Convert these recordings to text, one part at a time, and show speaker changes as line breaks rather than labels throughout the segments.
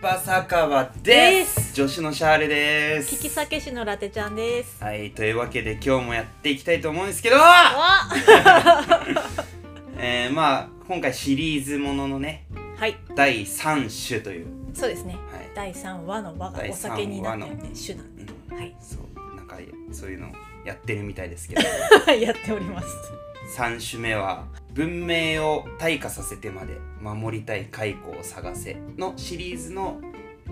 パ酒場で。
です
女子のシャーレです。
聞き酒師のラテちゃんです。
はい、というわけで今日もやっていきたいと思うんですけど、
わ
えー、まあ今回シリーズもののね
はい、
第3種という、
そうですね。
はい、
第三話の和が
第
お
三
酒になってる
話の
ね、酒なんで。はい
そうなんかそういうのやってるみたいですけど、
やっております。
3種目は文明を退化させてまで守りたい解雇を探せのシリーズの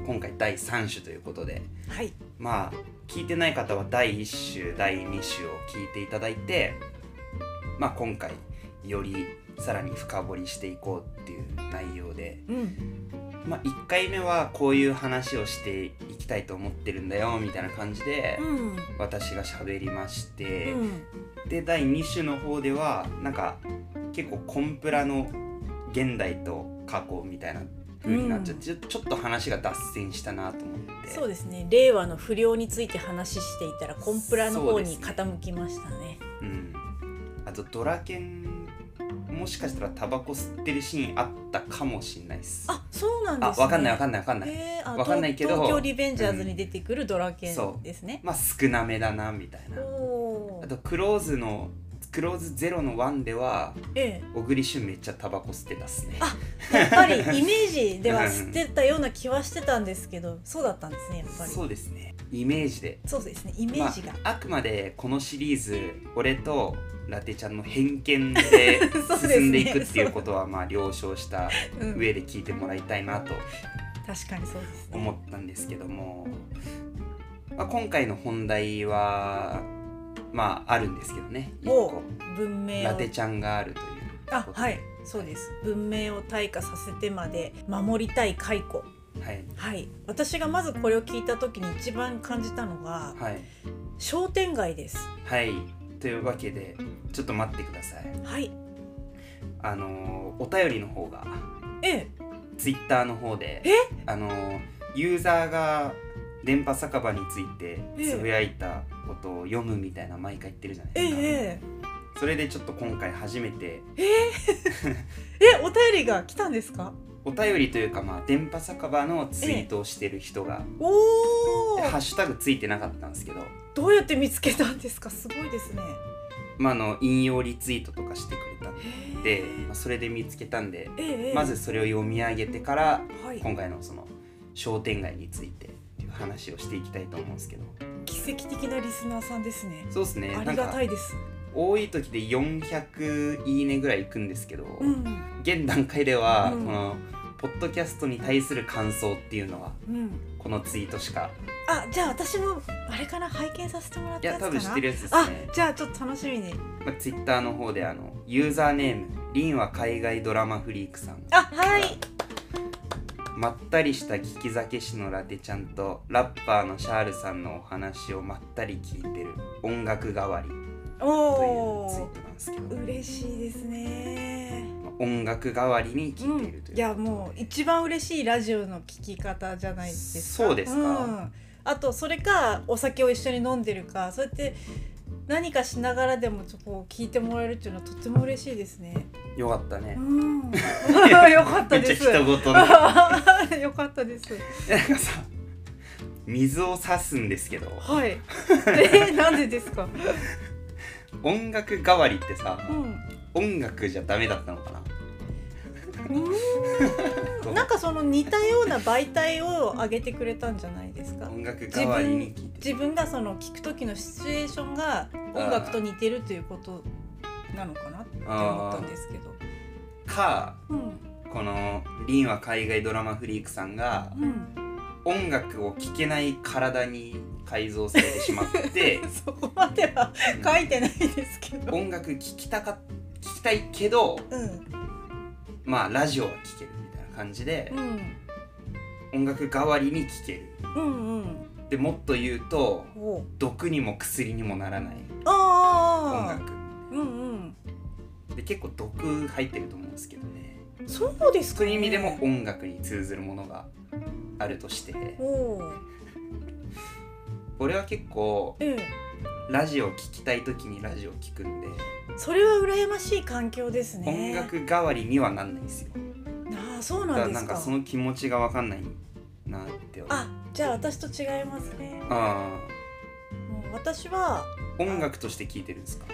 今回第3種ということで、
はい、
まあ聞いてない方は第1種第2種を聞いていただいてまあ今回よりさらに深掘りしていこうっていう内容で、
うん、
まあ、1回目はこういう話をしていきたいと思ってるんだよみたいな感じで
うん、
私が喋りまし
う
て、
ん、
で第2種の方ではなんか結構コンプラの現代と過去みたいな風になっちゃって、ちょちょっと話が脱線したなと思って。
そうですね。令和の不良について話していたらコンプラの方に傾きましたね。
うん、あとドラケンもしかしたらタバコ吸ってるシーンあったかもしんないっす
あ、そうなんです、
あ
ね。
わかんないわか
ん
んないわかんない、
えー、あ
わかんないけど
東東京リベンジャーズに出てくるドラケ
うんそ
ン
う
ですね。
まあ少なめだなみたいな
お
あ
ー
とクローズのクローズゼロの1では
え
小栗旬めっちゃタバコ吸ってたっすね
あえ、やっぱりイメージでは吸ってたような気はしてたんですけど、そうだったんですね、やっぱり。
そうですねイメージで
そうですね、イメージが。
まあ、あくまでこのシリーズ俺とラテちゃんの偏見で
そうですね
進んでいくっていうことはまあ了承した
うん
上で聞いてもらいたいなと
確かにそうですね。
思ったんですけども、まあ、今回の本題はまああるんですけどね一
お
個
文明
ラ
を
テちゃんがあるという
あ
ことで
はいそうです文明を退化させてまで守りたい解雇
はい
はい私がまずこれを聞いた時に一番感じたのが
はい、
商店街です
はい、というわけでちょっと待ってください
はい
あのーお便りの方が
え
ツイッターの方で
え
あのーユーザーが電波酒場についてつぶやいたことを読むみたいな毎回言ってるじゃない
え
ですか、
え
それでちょっと今回初めて
ええお便りが来たんですか
お便りというかまあ電波酒場のツイートをしてる人が、
おお
でハッシュタグついてなかったんですけど、
どうやって見つけたんですかすごいですね
まあ、あの引用リツイートとかしてくれたんで、まあ、それで見つけたんで
ええええ
まずそれを読み上げてから
はい
今回のその商店街についてっていう話をしていきたいと思うんですけど
奇跡的なリスナーさんですね
そうですね
あ
な
り
ん
が
か
たいです
多い時で400いいねぐらいいくんですけど、
うん
現段階では
う
こ
ん
のポッドキャストに対する感想っていうのは
うん
このツイートしか
あじゃあ私もあれかな拝見させてもらっ
い
たや
や
つか
多
な
分知ってるやつです
あ
ね
じゃあちょっと楽しみに
まあ、ツイッターの方であのユーザーネーム「リンは海外ドラマフリークさん」
あはい
まったりした聞き酒師のラテちゃんとラッパーのシャールさんのお話をまったり聞いてる音楽代わりというツイ
お
ートなんですけ
お
ど、
嬉しいですね
まあ音楽代わりに聞いているという、
いやもう一番嬉しいラジオの聞き方じゃないですか
そうですか
ん、あとそれかお酒を一緒に飲んでるかそうやって何かしながらでもちょっとこう聞いてもらえるっていうのはとっても嬉しいですね
よかったね
う、 ん よかった
めっち
で
ゃ
す
人ごと な
よかったです
なんかさ水を差すんですけど
はいえなんでですか
音楽代わりってさ、
うん
音楽じゃダメだったのかな
うーんなんかその似たような媒体を上げてくれたんじゃないですか
音楽代わりに聞いて
自分がその聞く時のシチュエーションが音楽と似てるということなのかなって思ったんですけど
か
うん
この「リンは海外ドラマフリーク」さんが
うん
音楽を聴けない体に改造されてし まって、
そこまでは
うん
書いてないですけど
音楽聴きたか聴きたいけど
うん
まあラジオは聴けるみたいな感じで
う、ん
音楽代わりに聴ける
うんうん
でもっと言うと
お
毒にも薬にもならない音
ああ
楽
うんうん
で結構毒入ってると思うんですけどね
そうですか、
そうい
ね、
う意味でも音楽に通ずるものがあるとして
おー
俺は結構
ええ
ラジオ聴きたい時にラジオ聴くんで、
それは羨ましい環境ですね
音楽代わりにはなんないんですよ
ああそう
だ
な
から
んで
な
す
ん
か
かその気持ちが分かんないなって思う
あじゃあ私と違いますね
あ
もう私は
ー音楽として聴いてるんですか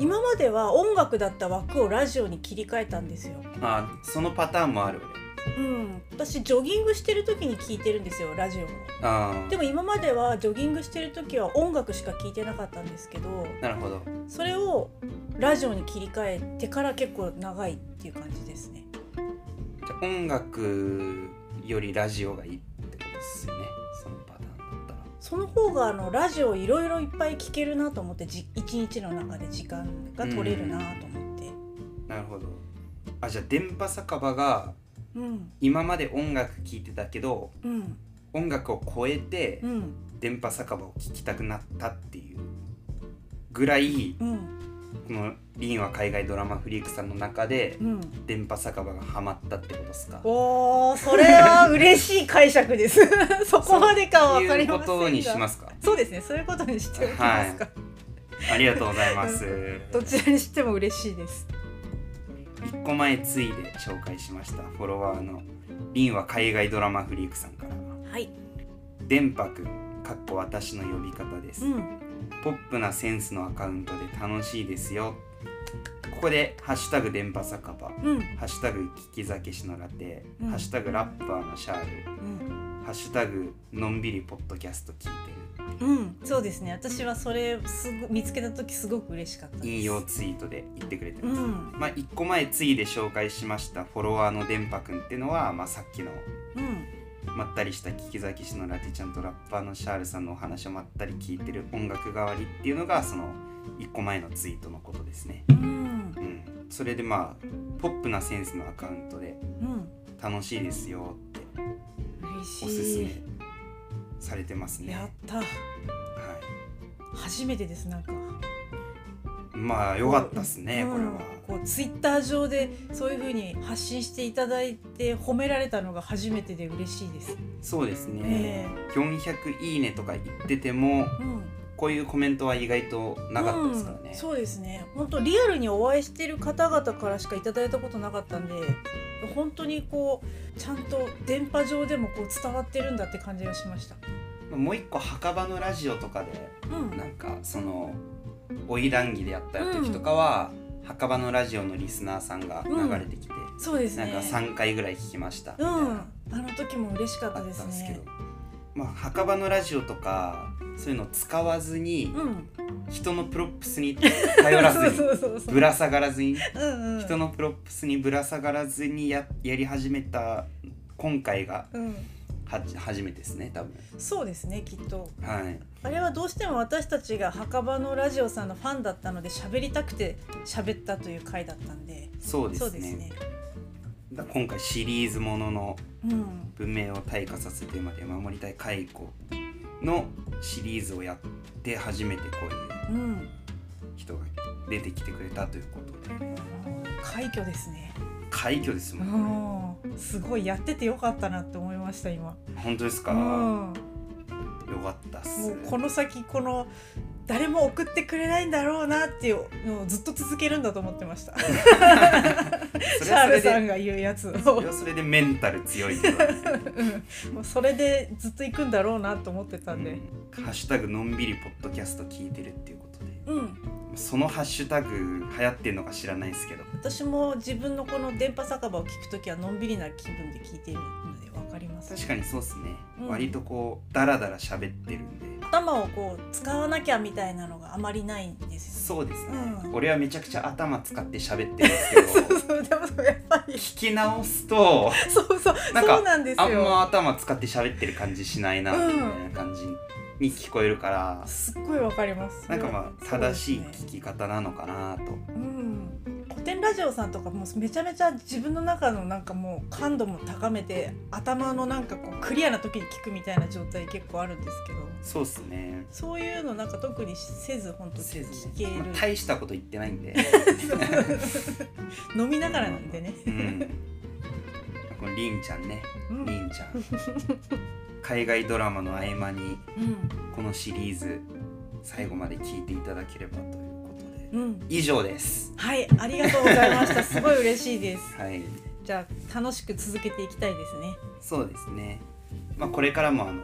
今までは音楽だった枠をラジオに切り替えたんですよ
あーそのパターンもあるよね
うん私ジョギングしてる時に聞いてるんですよラジオを
あ
で
あ
も今まではジョギングしてる時は音楽しか聞いてなかったんですけど
なるほど
それをラジオに切り替えてから結構長いっていう感じですね
じゃあ音楽よりラジオがいいってことですよねそのパターンだっ
その方があのラジオいろいろいっぱい聞けるなと思ってじ一日の中で時間が取れるなと思って
たらなるほどあじゃあ電波酒場が
うん
今まで音楽聴いてたけど
うん
音楽を超えて
うん
電波酒場を聴きたくなったっていうぐらい
うん
この「リンは海外ドラマフリーク」さんの中で
うん
電波酒場がハマったってことですか
おーそれは嬉しい解釈です そこまでかは分か
い
り
うこ
ません
と
が
にしますか
そうですねそういうことにしておきますか、
ありがとうございます
どちらにしても嬉しいです
1個前ついで紹介しましたフォロワーのリンは海外ドラマフリークさんから
はい
「電波くん」かっこ私の呼び方です、
うん
ポップなセンスのアカウントで楽しいですよここで「ハッシュタグ電波酒場」
うん
ハッシュタグ聞き酒しのラテ、
うん
ハッシュタグラッパーのシャール、
うん
ハッシュタグのんびりポッドキャスト聞いて
うんそうですね私はそれすご見つけた時すごく嬉しかったです
る引用ツイートで言ってくれて
う
ます、
ん
まあ1個前ついで紹介しましたフォロワーの電波くんっていうのは、まあ、さっきの
うん
まったりした聞き酒師のラテちゃんとラッパーのシャールさんのお話をまったり聞いてる音楽代わりっていうのがその1個前のツイートのことですね
うん
うんそれでまあポップなセンスのアカウントで
うん
楽しいですよって
嬉しい
おすすめされてますね
や
は
った初めてですなんか
いまあよかったっすねこれは
うん、こうツイッター上でそういう風に発信していただいて褒められたのが初めてで嬉しいです
そうです
え
ね400いいねとか言ってても
うん
こういうコメントは意外となかったですから
う
ね
ん、そうですね本当リアルにお会いしてる方々からしかいただいたことなかったんで本当にこうちゃんと電波上でもこう伝わってるんだって感じがしました
もう一個墓場のラジオとかで
うん
なんかその花魁儀でやった時とかは、墓場のラジオのリスナーさんが流れてきて、
そうです
なん
ね
か3回ぐらい聞きました
う
みたいな、
んあの時も嬉しかっ
あ
た
っ
で
た
す
んですけ
ね、
どまあ、墓場のラジオとかそういうの使わずに、
うん
人のプロップスに頼らずに
そうそうそう
ぶら下がらずに
うんうん
人のプロップスにぶら下がらずにややり始めた今回が
うん
はじ初めてですね多分
そうですねきっと
はい
あれはどうしても私たちが墓場のラジオさんのファンだったので喋りたくて喋ったという回だったんで
そうで
そ
すね
うですね
だ今回シリーズものの
うん
文明を退化させてまで守りたい解雇のシリーズをやって初めてこういう
うん
人が出てきてくれたということで
快挙ですね
快挙ですもん、ね、
うんすごいやっててよかったなって思いました今
本当です
う
か、
ん
よ
も
かったっす
うこの先この誰も送ってくれないんだろうなっていうのをずっと続けるんだと思ってました
そ
シャー
れはそれ
ル
で
さんが言うやつを
それはそれでメンタル 強いですよね
うんもうそれでずっと行くんだろうなと思ってたんで
うんハッシュタグのんびりポッドキャスト聞いてるっていうことで
うん
そのハッシュタグ流行ってんのか知らないですけど
私も自分のこの電波酒場を聞くときはのんびりな気分で聞いているのでわかります
確かにそうっすね、
うん
割とこうダラダラ喋ってるんで
頭をこう使わなきゃみたいなのがあまりないんです
そうですね、
うん
俺はめちゃくちゃ頭使って喋ってるんですけど
よね。 そうでもそうやっぱり
聞き直すと
そうそう
なんか
そうなんです
あん
よ
ま頭使って喋ってる感じしないなみ
うん
たいな感じに聞こえるから、
すっごいわかります
なんかまあ正しい
そうですね
聞き方なのかなと、
うん古典ラジオさんとかもうめちゃめちゃ自分の中のなんかもう感度も高めて頭のなんかこうクリアな時に聞くみたいな状態結構あるんですけど
そうっすね
そういうのなんか特にせず本当
せず
聞
ね
ける
まあ大したこと言ってない んで
飲みながらなんでね。
うんこのりんちゃんね
うん
りんちゃん海外ドラマの合間に
うん
このシリーズ最後まで聞いていただければということで
うん
以上です
はい、ありがとうございました。すごい嬉しいです。
はい
じゃあ楽しく続けていきたいですね。
そうですねまあ、これからもあの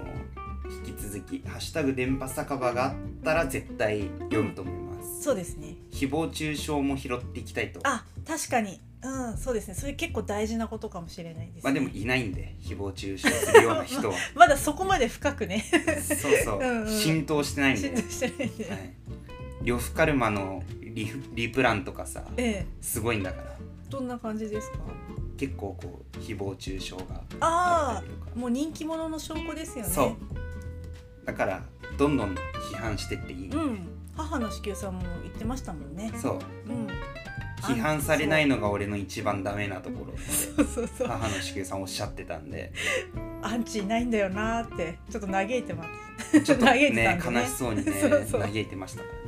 引き続き「ハッシュタグ電波酒場」があったら絶対読むと思います
そうですね
誹謗中傷も拾っていきたいと
あ確かにうんそうですねそれ結構大事なことかもしれないです、ね
まあでもいないんで誹謗中傷するよう な人は
まだそこまで深くね
そうそう
うんうん
浸透してないんで
浸透、してないんで、
はい、呂布カルマのリフリプランとかさ
ええ
すごいんだから
どんな感じですか
結構こう誹謗中傷があ
あ
ったりとか
あもう人気者の証拠ですよね
そうだからどんどん批判してっていい、
うん母の子宮さんも言ってましたもんね
そう
うん
批判されないのが俺の一番ダメなところ
そうそうそう
母の子宮さんおっしゃってた んで
アンチいないんだよなーってちょっと嘆いてます
ちょっと
嘆いてた
ね
んだね
悲しそうにね
そうそう
嘆いてましたからね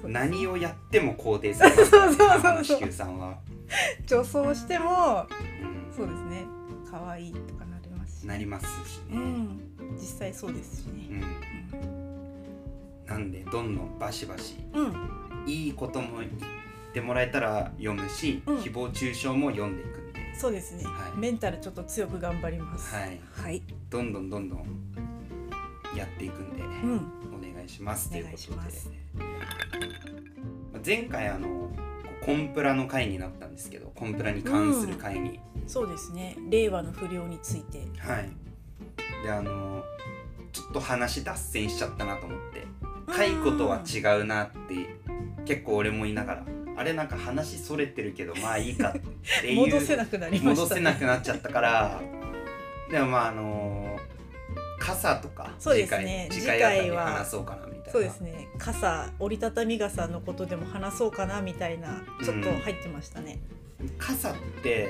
そう
何をやっても肯定されますから
そ
ね
うそうそうそう
母の子宮さんは、
女装しても
うん
そうですね可愛いとかなりますし
なりますし
う
ね、
ん実際そうですし
う
ね
んなんでどんどんバシバシ
うん、
いいことも言ってもらえたら読むし、
うん
誹謗中傷も読んでいくんで、
そうですね、
はい
メンタルちょっと強く頑張ります
はい、
はい、
どんどんどんどんやっていくんで、
うん
お願いしますということで
お願いし
まあ前回あのこうコンプラの回になったんですけどコンプラに関する回に、
そうですね令和の不良について
はいであのちょっと話脱線しちゃったなと思って蚕とは違うなって結構俺も言いながらあれなんか話それてるけどまあいいかっていう
戻せなくなりました、ね、
戻せなくなっちゃったからでもまああの傘とか
そうですね
次回次回あたり
次回は
話そうかなみたいな
そうですね傘折りたたみ傘のことでも話そうかなみたいなちょっと入ってましたね、
傘って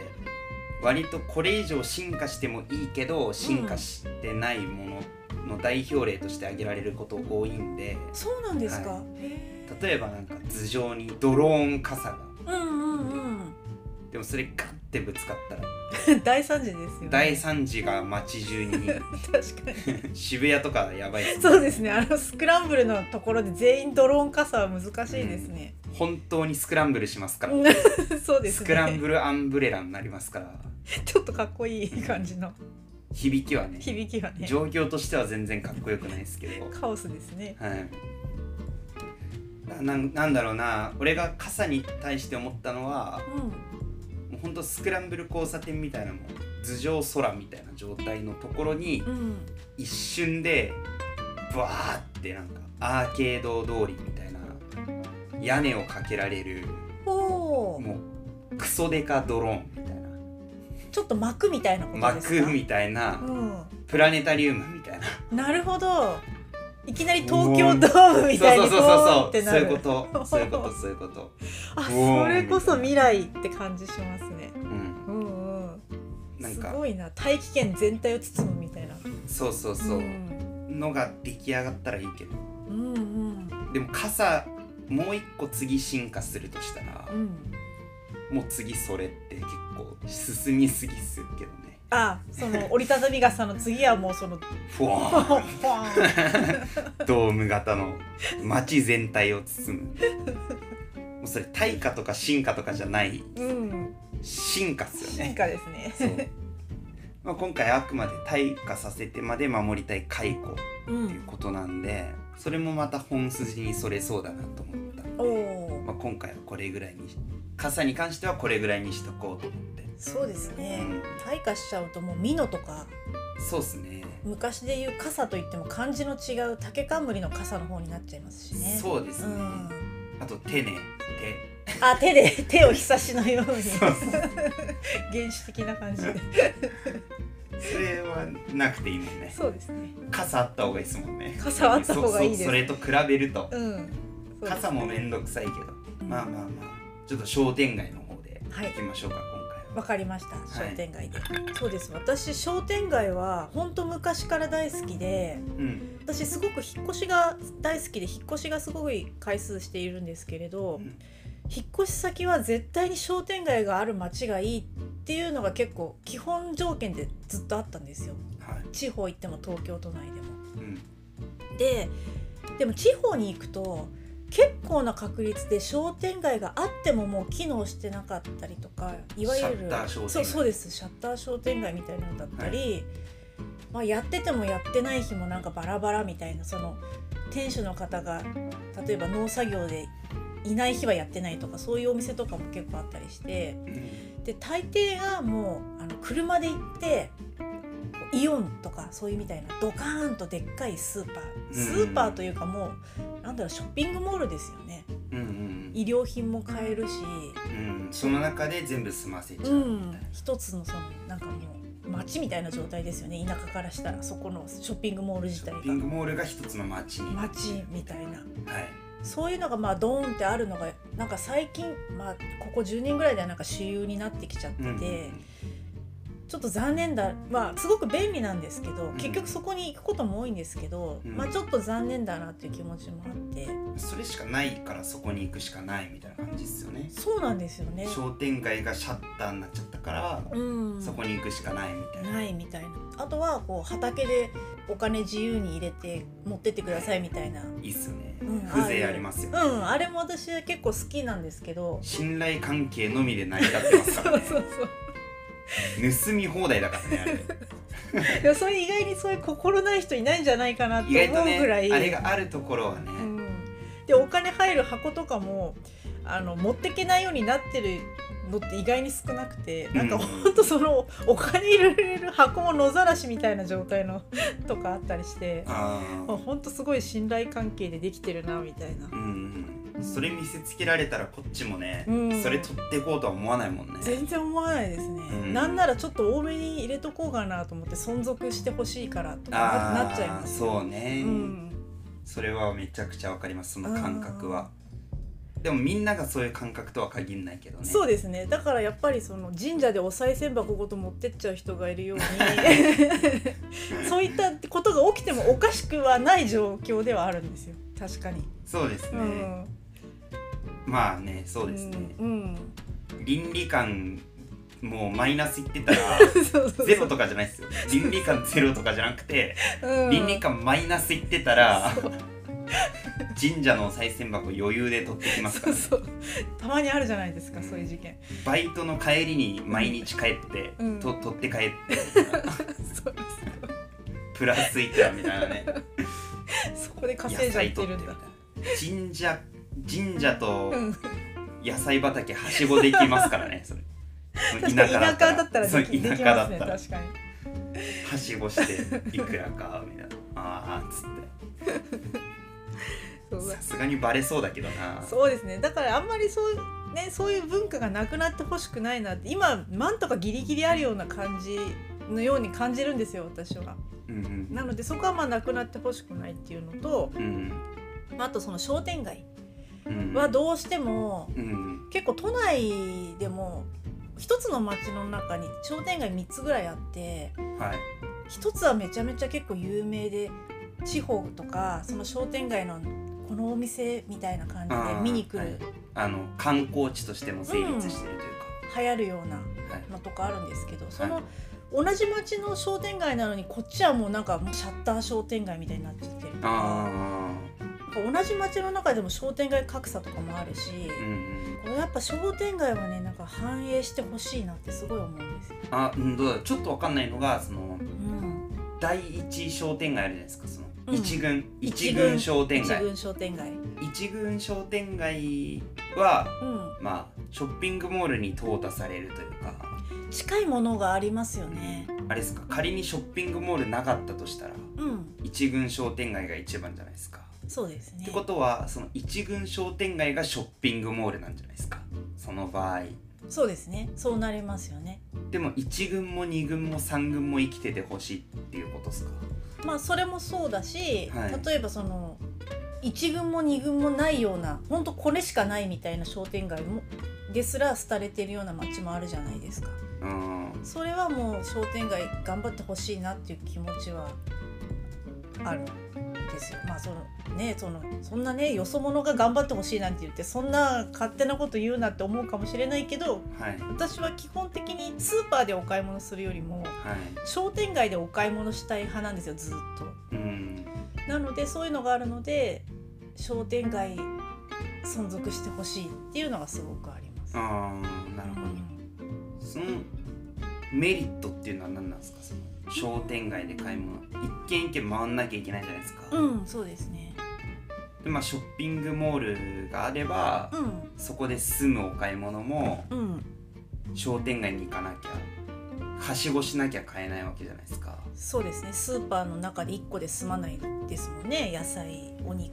割とこれ以上進化してもいいけど進化してないものの代表例として挙げられること多いんで
そうなんですか、
は
へー
例えばなんか頭上にドローン傘が
うんうん
でもそれガッてぶつかったら
うん 大惨事ですよね
大惨事が街中に
確かに
渋谷とかやばいですね
そうですねあのスクランブルのところで全員ドローン傘は難しいですね、
本当にスクランブルしますから、
そうです
ス
ね
クランブルアンブレラになりますから
ちょっとかっこいい感じの
響きはね
響きがね
状況としては全然かっこよくないですけど
カオスですね
はいななんなんだろうな俺が傘に対して思ったのは
う
もうほんとスクランブル交差点みたいなもう頭上空みたいな状態のところに
んうん
一瞬でブワーってなんかアーケード通りみたいな屋根をかけられる
おー
もうクソデカドローンみたいな
ちょっと幕みたいなことですか
幕みたいなプラネタリウムみたいな
うん、なるほどいきなり東京ドームみたいに
そ
ポ
うそうそ
ー
う
ンっ
そう
て
そう
な
いう
る
ことそういうことそういうこと
あ
ボーン
それこそ未来って感じしますね
うん
うんうん
なん
す
か
ごいな大気圏全体を包むみたいな
そうそうそう、
ん、
のが出来上がったらいいけど
うんうん
でも傘もう一個次進化するとしたら
う、ん
もう次それって結構進みすぎするけどね
あその折りたたみ傘の次はもうその
ふわ
ポ
ー
ンポン
ンドーム型の街全体を包むもうそれ対価とか進化とかじゃない
うん
進化っすよ
進
ね
化ですね
そう、まあ、今回あくまで退化させてまで守りたい解雇
う
っていうんことなんでそれもまた本筋にそれそうだなと思ったんで
おお
まあ、今回はこれぐらいにし傘に関してはこれぐらいにしとこうと思って、
そうですね
うん
退化しちゃうともう美濃とか
そうっすね
昔で言う傘といっても漢字の違う竹冠の傘の方になっちゃいますしねう
そうですね、
ん、
あと手ね
あ手で手をひさしのように
そうそう
原始的な感じ で
手それはなくていいもんね
そうですね
傘あった方がいいですもんね
傘はあった方がいいです
そそそれと比べると、
うんそうです
傘も面倒くさいけど、まあまあまあちょっと商店街の方で
はい
行きましょうか、今
わかりました商店街で、そうです私商店街は本当昔から大好きで
回はうん
私すごく引っ越しが大好きで引っ越しがすごい回数しているんですけれど、
うん
引っ越し先は絶対に商店街がある街がいいっていうのが結構基本条件でずっとあったんですよ
はい
地方行っても東京都内でも。
うん
ででも地方に行くと結構な確率で商店街があってももう機能してなかったりとかいわゆる
シャッター商店街
そうそうですシャッター商店街みたいなのだったり、まあ、やっててもやってない日もなんかバラバラみたいなその店主の方が例えば農作業でいない日はやってないとかそういうお店とかも結構あったりして
うん
で大抵がもうあの車で行ってイオンとかそういうみたいなドカーンとでっかいスーパースーパーというかもうなんだろうショッピングモールですよね
うんうん
衣料品も買えるし
うん、その中で全部済ませちゃ
う
うみたい
ん、一つのそのなんかもう街みたいな状態ですよね田舎からしたらそこのショッピングモール
な、
自
ショ
体
ッピン
が
グモールが一つの街に、はい、
街みたいなそういうのがまあドーンってあるのがなんか最近、まあ、ここ10年ぐらいではなんか主流になってきちゃってて、
うん
ちょっと残念だまあすごく便利なんですけど
ん
結局そこに行くことも多いんですけど、
うん
まあちょっと残念だなっていう気持ちもあって
それしかないからそこに行くしかないみたいな感じですよね
そうなんですよね。
商店街がシャッターになっちゃったから、
うん、
そこに行くしかないみたいな
ないみたいなあとはこう畑でお金自由に入れて持ってってくださいみたいな、う
いいっすよね、
ん、
風情ありますよ、ね
うんあれも私は結構好きなんですけど
信頼関係のみで成り立ってます
そ
か
う
らね
そう
盗み放題だからねあれ
そういやそれ意外にそういう心ない人いないんじゃないかなっ
意
て
外
思
と
う
ね
ぐらい、
あれがあるところはね、
うん、でお金入る箱とかもあの持ってけないようになってるのって意外に少なくてなんか
うん
ほんとそのお金入れる箱も野ざらしみたいな状態のとかあったりして
ああ
まあ、ほんとすごい信頼関係でできてるなみたいな
う。んうんそれ見せつけられたらこっちもね、
うん
それ取っていこうとは思わないもんね
全然思わないですね、
うん
なんならちょっと多めに入れとこうかなと思って存続してほしいからとかななっちゃい
あ
ま
ー
す
そうね、
うん
それはめちゃくちゃわかりますその感覚はでもみんながそういう感覚とは限らないけどね
そうですねだからやっぱりその神社でお賽銭箱ごと持ってっちゃう人がいるよう にそういったことが起きてもおかしくはない状況ではあるんですよ確かに、
そうです
う
ね、
ん
まあねそうですね、
うん、
倫理観もうマイナスいってたら
うん、 そうそうそう
ゼロとかじゃないですよ倫理観ゼロとかじゃなくて、
うん
倫理観マイナスいってたら神社のお賽銭箱余裕で取ってきますか
そ
ら
うそうたまにあるじゃないですか、
うん
そういう事件
バイトの帰りに毎日帰って、
うん
と取って帰って
そう
プラスいくらみたい なね
ですそこで稼いじゃってるんだ
野菜取ってみたいな神社神社と
うん
野菜畑はしごできますからねそれ
確かに田舎だったら
そう
で
田
きでき
舎
ま
だ
す
っ
ね
たら
確かに
はしごしていくらかみたいなああっつっ
そう
てさすがにバレそうだけどな
そうですねだからあんまりそう,、ね、そういう文化がなくなってほしくないなって今万とかギリギリあるような感じのように感じるんですよ私は。
うんうん
なのでそこはまあなくなってほしくないっていうのと、
うん
まあ、あとその商店街
うん
はどうしても
うん
結構都内でも一つの街の中に商店街3つぐらいあって
はい
一つはめちゃめちゃ結構有名で地方とかその商店街のこのお店みたいな感じで見に来
あ
る、
ーあの観光地としても成立してるというか、
流行るような
はい
のとかあるんですけどそ
は
の同じ町の商店街なのにこっちはもうなんかもうシャッター商店街みたいになっちゃってるとか
あ
なんか同じ町の中でも商店街格差とかもあるし、
あうんうん
これやっぱ商店街はねなんか反映してほしいなってすごい思うんですよ。
あうんどうだろうちょっとわかんないのがその
うん、
第一商店街あるじゃないですかその、
うん
一軍
一
一
軍
軍商店
一
街
軍商店街、う
一軍商店街は
ん、
まあショッピングモールに淘汰されるというか
近いものがありますよね。
あれですか仮にショッピングモールなかったとしたら
うん、
一軍商店街が一番じゃないですか、
そうですね
って。ことはその一軍商店街がショッピングモールなんじゃないですかその場合
そうですね。そうなりますよね。
でも一軍も二軍も三軍も生きててほしいっていうことですか
まあそれもそうだし、
はい
例えばその1軍も2軍もないようなほんとこれしかないみたいな商店街もですら廃れてるような街もあるじゃないですか
うん
それはもう商店街頑張ってほしいなっていう気持ちはあるんですよまあそのねそのそんなねよそ者が頑張ってほしいなんて言ってそんな勝手なこと言うなって思うかもしれないけど
はい
私は基本的にスーパーでお買い物するよりも
はい
商店街でお買い物したい派なんですよずっと。
うん
なのでそういうのがあるので商店街存続してほしいっていうのがすごくあります。
あーなるほど、そのメリットっていうのは何なんですかその商店街で買い物一軒一軒回んなきゃいけないじゃないですか、
うんそうですね
でまあショッピングモールがあれば、
うん
そこで済むお買い物も
うん
商店街に行かなきゃはしごしなきゃ買えないわけじゃないですか
そうですねスーパーの中で1個で済まないですもんね野菜お肉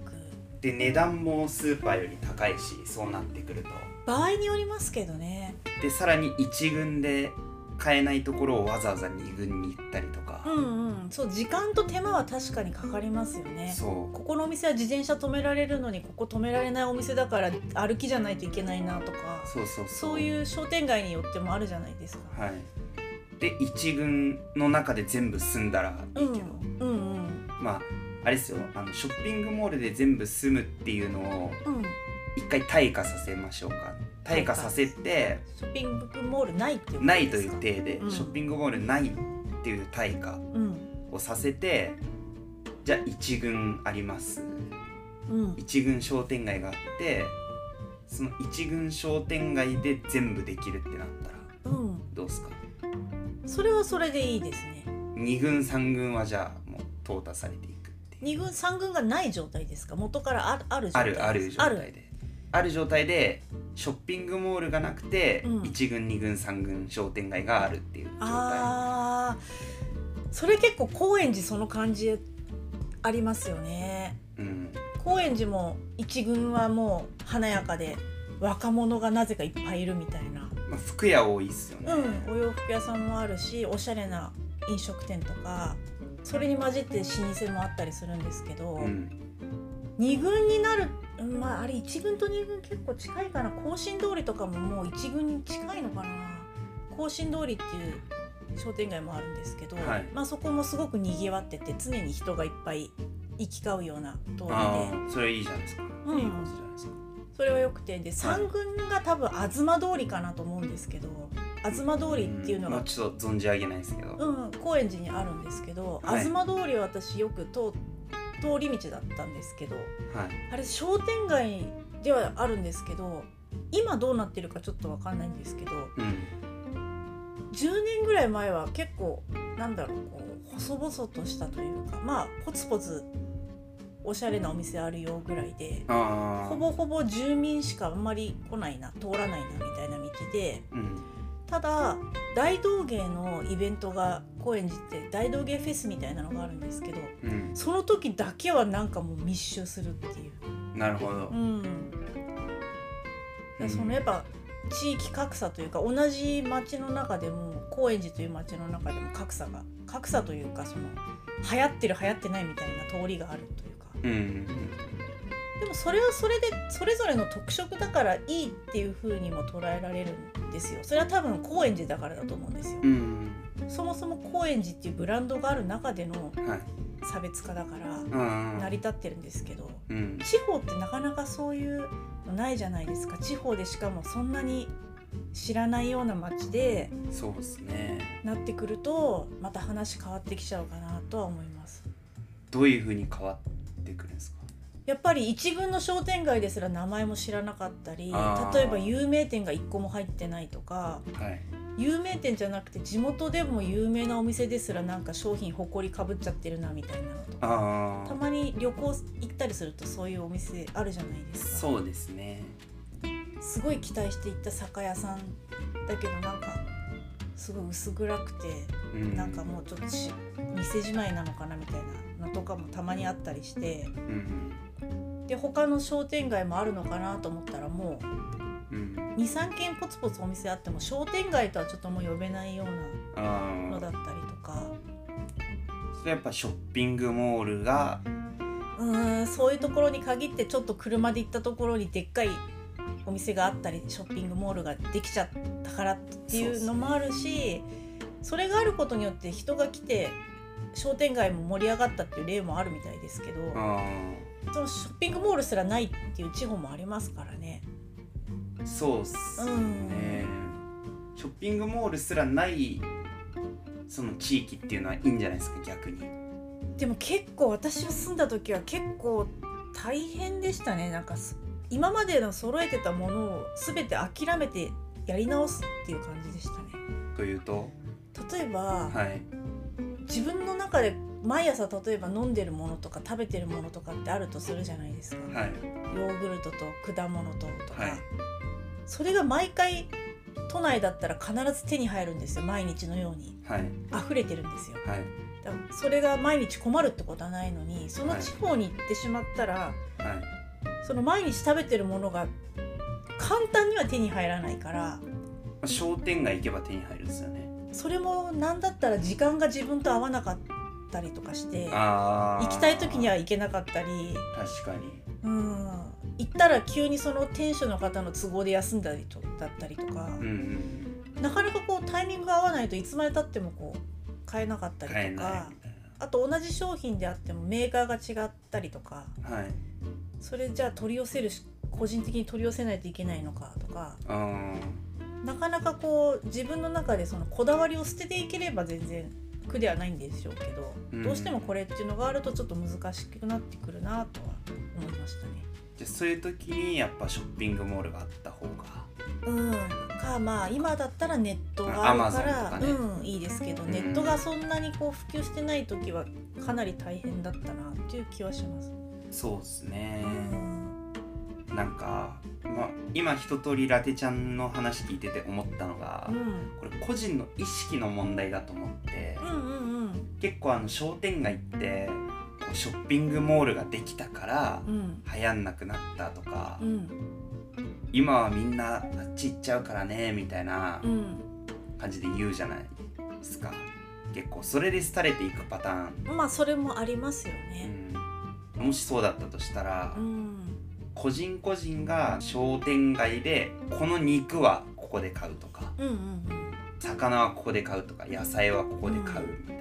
で値段もスーパーより高いしそうなってくると
場合によりますけどね
でさらに1軍で買えないところをわざわざ2軍に行ったりとか、
うんうんそう時間と手間は確かにかかりますよね
そう
ここのお店は自転車止められるのにここ止められないお店だから歩きじゃないといけないなとか
そうそうそう
そういう商店街によってもあるじゃないですか。
はいで1軍の中で全部済んだらいいけど、
うんうん
まああれですよあのショッピングモールで全部済むっていうのを
うん、
一回退化させましょうか退化させて
ショッピングモールないっていうことですか
ないという体で、
うん
ショッピングモールないっていう対価
うん
をさせてじゃあ1軍あります
うん
1軍商店街があってその1軍商店街で全部できるってなったら
うん
どうですか
それはそれでいいですね
2軍3軍はじゃあもう淘汰されていくっていう
二軍三軍がない状態ですか元からあるある状
あ
態です
るある状態である状態でショッピングモールがなくて、
うん
1軍2軍3軍商店街があるっていう状態
あーそれ結構高円寺その感じありますよね
うん
高円寺も一軍はもう華やかで若者がなぜかいっぱいいるみたいな、
まあ、服屋多いっすよね、
うん、お洋服屋さんもあるしおしゃれな飲食店とかそれに混じって老舗もあったりするんですけど、
うん
二軍になるうんまああれ一軍と二軍結構近いかな甲信通りとかももう一軍に近いのかな甲信通りっていう商店街もあるんですけど、
はい
まあそこもすごくにぎわってて常に人がいっぱい行き交うような通り
あ
で
あそれいいじゃないですか、
うん
いいことじゃないですか
それはよくてで三軍が多分東通りかなと思うんですけど東通りっていうの
んまあ
が、
ちょっと存じ上げないですけど、
うん高円寺にあるんですけど、
はい
東通りは私よく通通り道だったんですけど
はい
あれ商店街ではあるんですけど今どうなってるかちょっとわかんないんですけど
うん
10年ぐらい前は結構なんだろうこう細々としたというかまあポツポツおしゃれなお店あるよぐらいで
ああ
ほぼほぼ住民しかあんまり来ないな通らないなみたいな道で
うん
ただ大道芸のイベントが高円寺って大道芸フェスみたいなのがあるんですけど
うん
その時だけはなんかもう密集するっていう。
なるほど、
うん、だからそのやっぱ地域格差というか同じ町の中でも高円寺という町の中でも格差が格差というかその流行ってる流行ってないみたいな通りがあるというか
うんうん
でもそれはそれでそれぞれの特色だからいいっていう風にも捉えられるんですよそれは多分高円寺だからだと思うんですよ
うんうん
そもそも高円寺っていうブランドがある中での
うんはい
差別化だから
うん
成り立ってるんですけど
うん
地方ってなかなかそういうのないじゃないですか地方でしかもそんなに知らないような町で
そうですね
なってくるとまた話変わってきちゃうかなとは思います
どういうふうに変わってくるんですか
やっぱり一軍の商店街ですら名前も知らなかったり
あー
例えば有名店が1個も入ってないとか
はい
有名店じゃなくて地元でも有名なお店ですらなんか商品誇りかぶっちゃってるなみたいなのとか
あ
た
あ
まに旅行行ったりするとそういうお店あるじゃないですか。
そうですね
すごい期待していった酒屋さんだけどなんかすごい薄暗くて
うん
なんかもうちょっとし店じまいなのかなみたいなのとかもたまにあったりして
うん
で他の商店街もあるのかなと思ったらも
うんうん
う23軒ポツポツお店あっても商店街とはちょっともう呼べないような
あ
の
あ
だったりとか
それやっぱショッピングモールが
うーんそういうところに限ってちょっと車で行ったところにでっかいお店があったりショッピングモールができちゃったからっていうのもあるしそれがあることによって人が来て商店街も盛り上がったっていう例もあるみたいですけど
あ
そのショッピングモールすらないっていう地方もありますからね。
あそうっすねショッピングモールすらないその地域っていうのはいいんじゃないですか逆に
でも結構私が住んだ時は結構大変でしたねなんかす今までの揃えてたものを全て諦めてやり直すっていう感じでしたね。
というと
例えば、
はい
自分の中で毎朝例えば飲んでるものとか食べてるものとかってあるとするじゃないですか、
はい
ヨーグルトと果物ととか、
はい
それが毎回都内だったら必ず手に入るんですよ毎日のように
はい
溢れてるんですよ
はい
だからそれが毎日困るってことはないのにその地方に行ってしまったら、
はい
その毎日食べてるものが簡単には手に入らないから
まあ商店街行けば手に入るんですよね
それも何だったら時間が自分と合わなかったりとかして
あー
行きたい時には行けなかったり
確かに
うん行ったら急にその店主の方の都合で休んだりとだったりとか、
うんうん
なかなかこうタイミングが合わないといつまでたってもこう買えなかった
買え
りと
ない
か
み。たい
あと同じ商品であってもメーカーが違ったりとか
なはい
それじゃあ取り寄せるし個人的に取り寄せないといけないのかとか
あー
なかなかこう自分の中でそのこだわりを捨てていければ全然苦ではないんでしょうけど、
うん
どうしてもこれっていうのがあるとちょっと難しくなってくるなとは思いましたね。
じゃあそういう時にやっぱショッピングモールがあった方が
うん、かまあ今だったらネットがあるから
Amazon とかね
うん、いいですけど、
うん
ネットがそんなにこう普及してない時はかなり大変だったなっていう気はします。
そうですね
うん
なんか、まあ、今一通りラテちゃんの話聞いてて思ったのが、
うん
これ個人の意識の問題だと思って、
うんうん
結構あの商店街ってこうショッピングモールができたから
うんうん
流行んなくなったとか、
うん
今はみんなあっち行っちゃうからねみたいな
うん
感じで言うじゃないですか結構それで廃れていくパターン、
まあそれもありますよね。
うん、もしそうだったとしたら、
うん
個人個人が商店街でこの肉はここで買うとか
うんうんうん
魚はここで買うとか野菜はここで買うみたい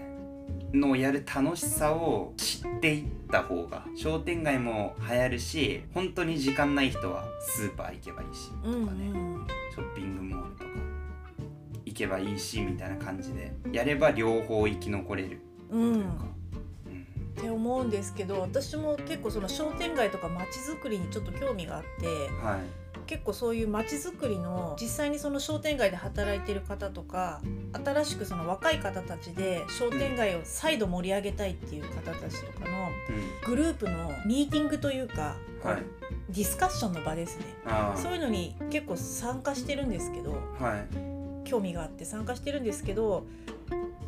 なのをやる楽しさを知っていった方が商店街も流行るし本当に時間ない人はスーパー行けばいいし
うん
とか
う
ね
ん
ショッピングモールとか行けばいいしみたいな感じでやれば両方生き残れる
う、
というん
っ
か、うん
て思うんですけど私も結構その商店街とか街づくりにちょっと興味があって
はい
結構そういう街づくりの実際にその商店街で働いてる方とか新しくその若い方たちで商店街を再度盛り上げたいっていう方たちとかの
うん
グループのミーティングというか、
はい
ディスカッションの場ですね。
あ
そういうのに結構参加してるんですけど
あはい
興味があって参加してるんですけど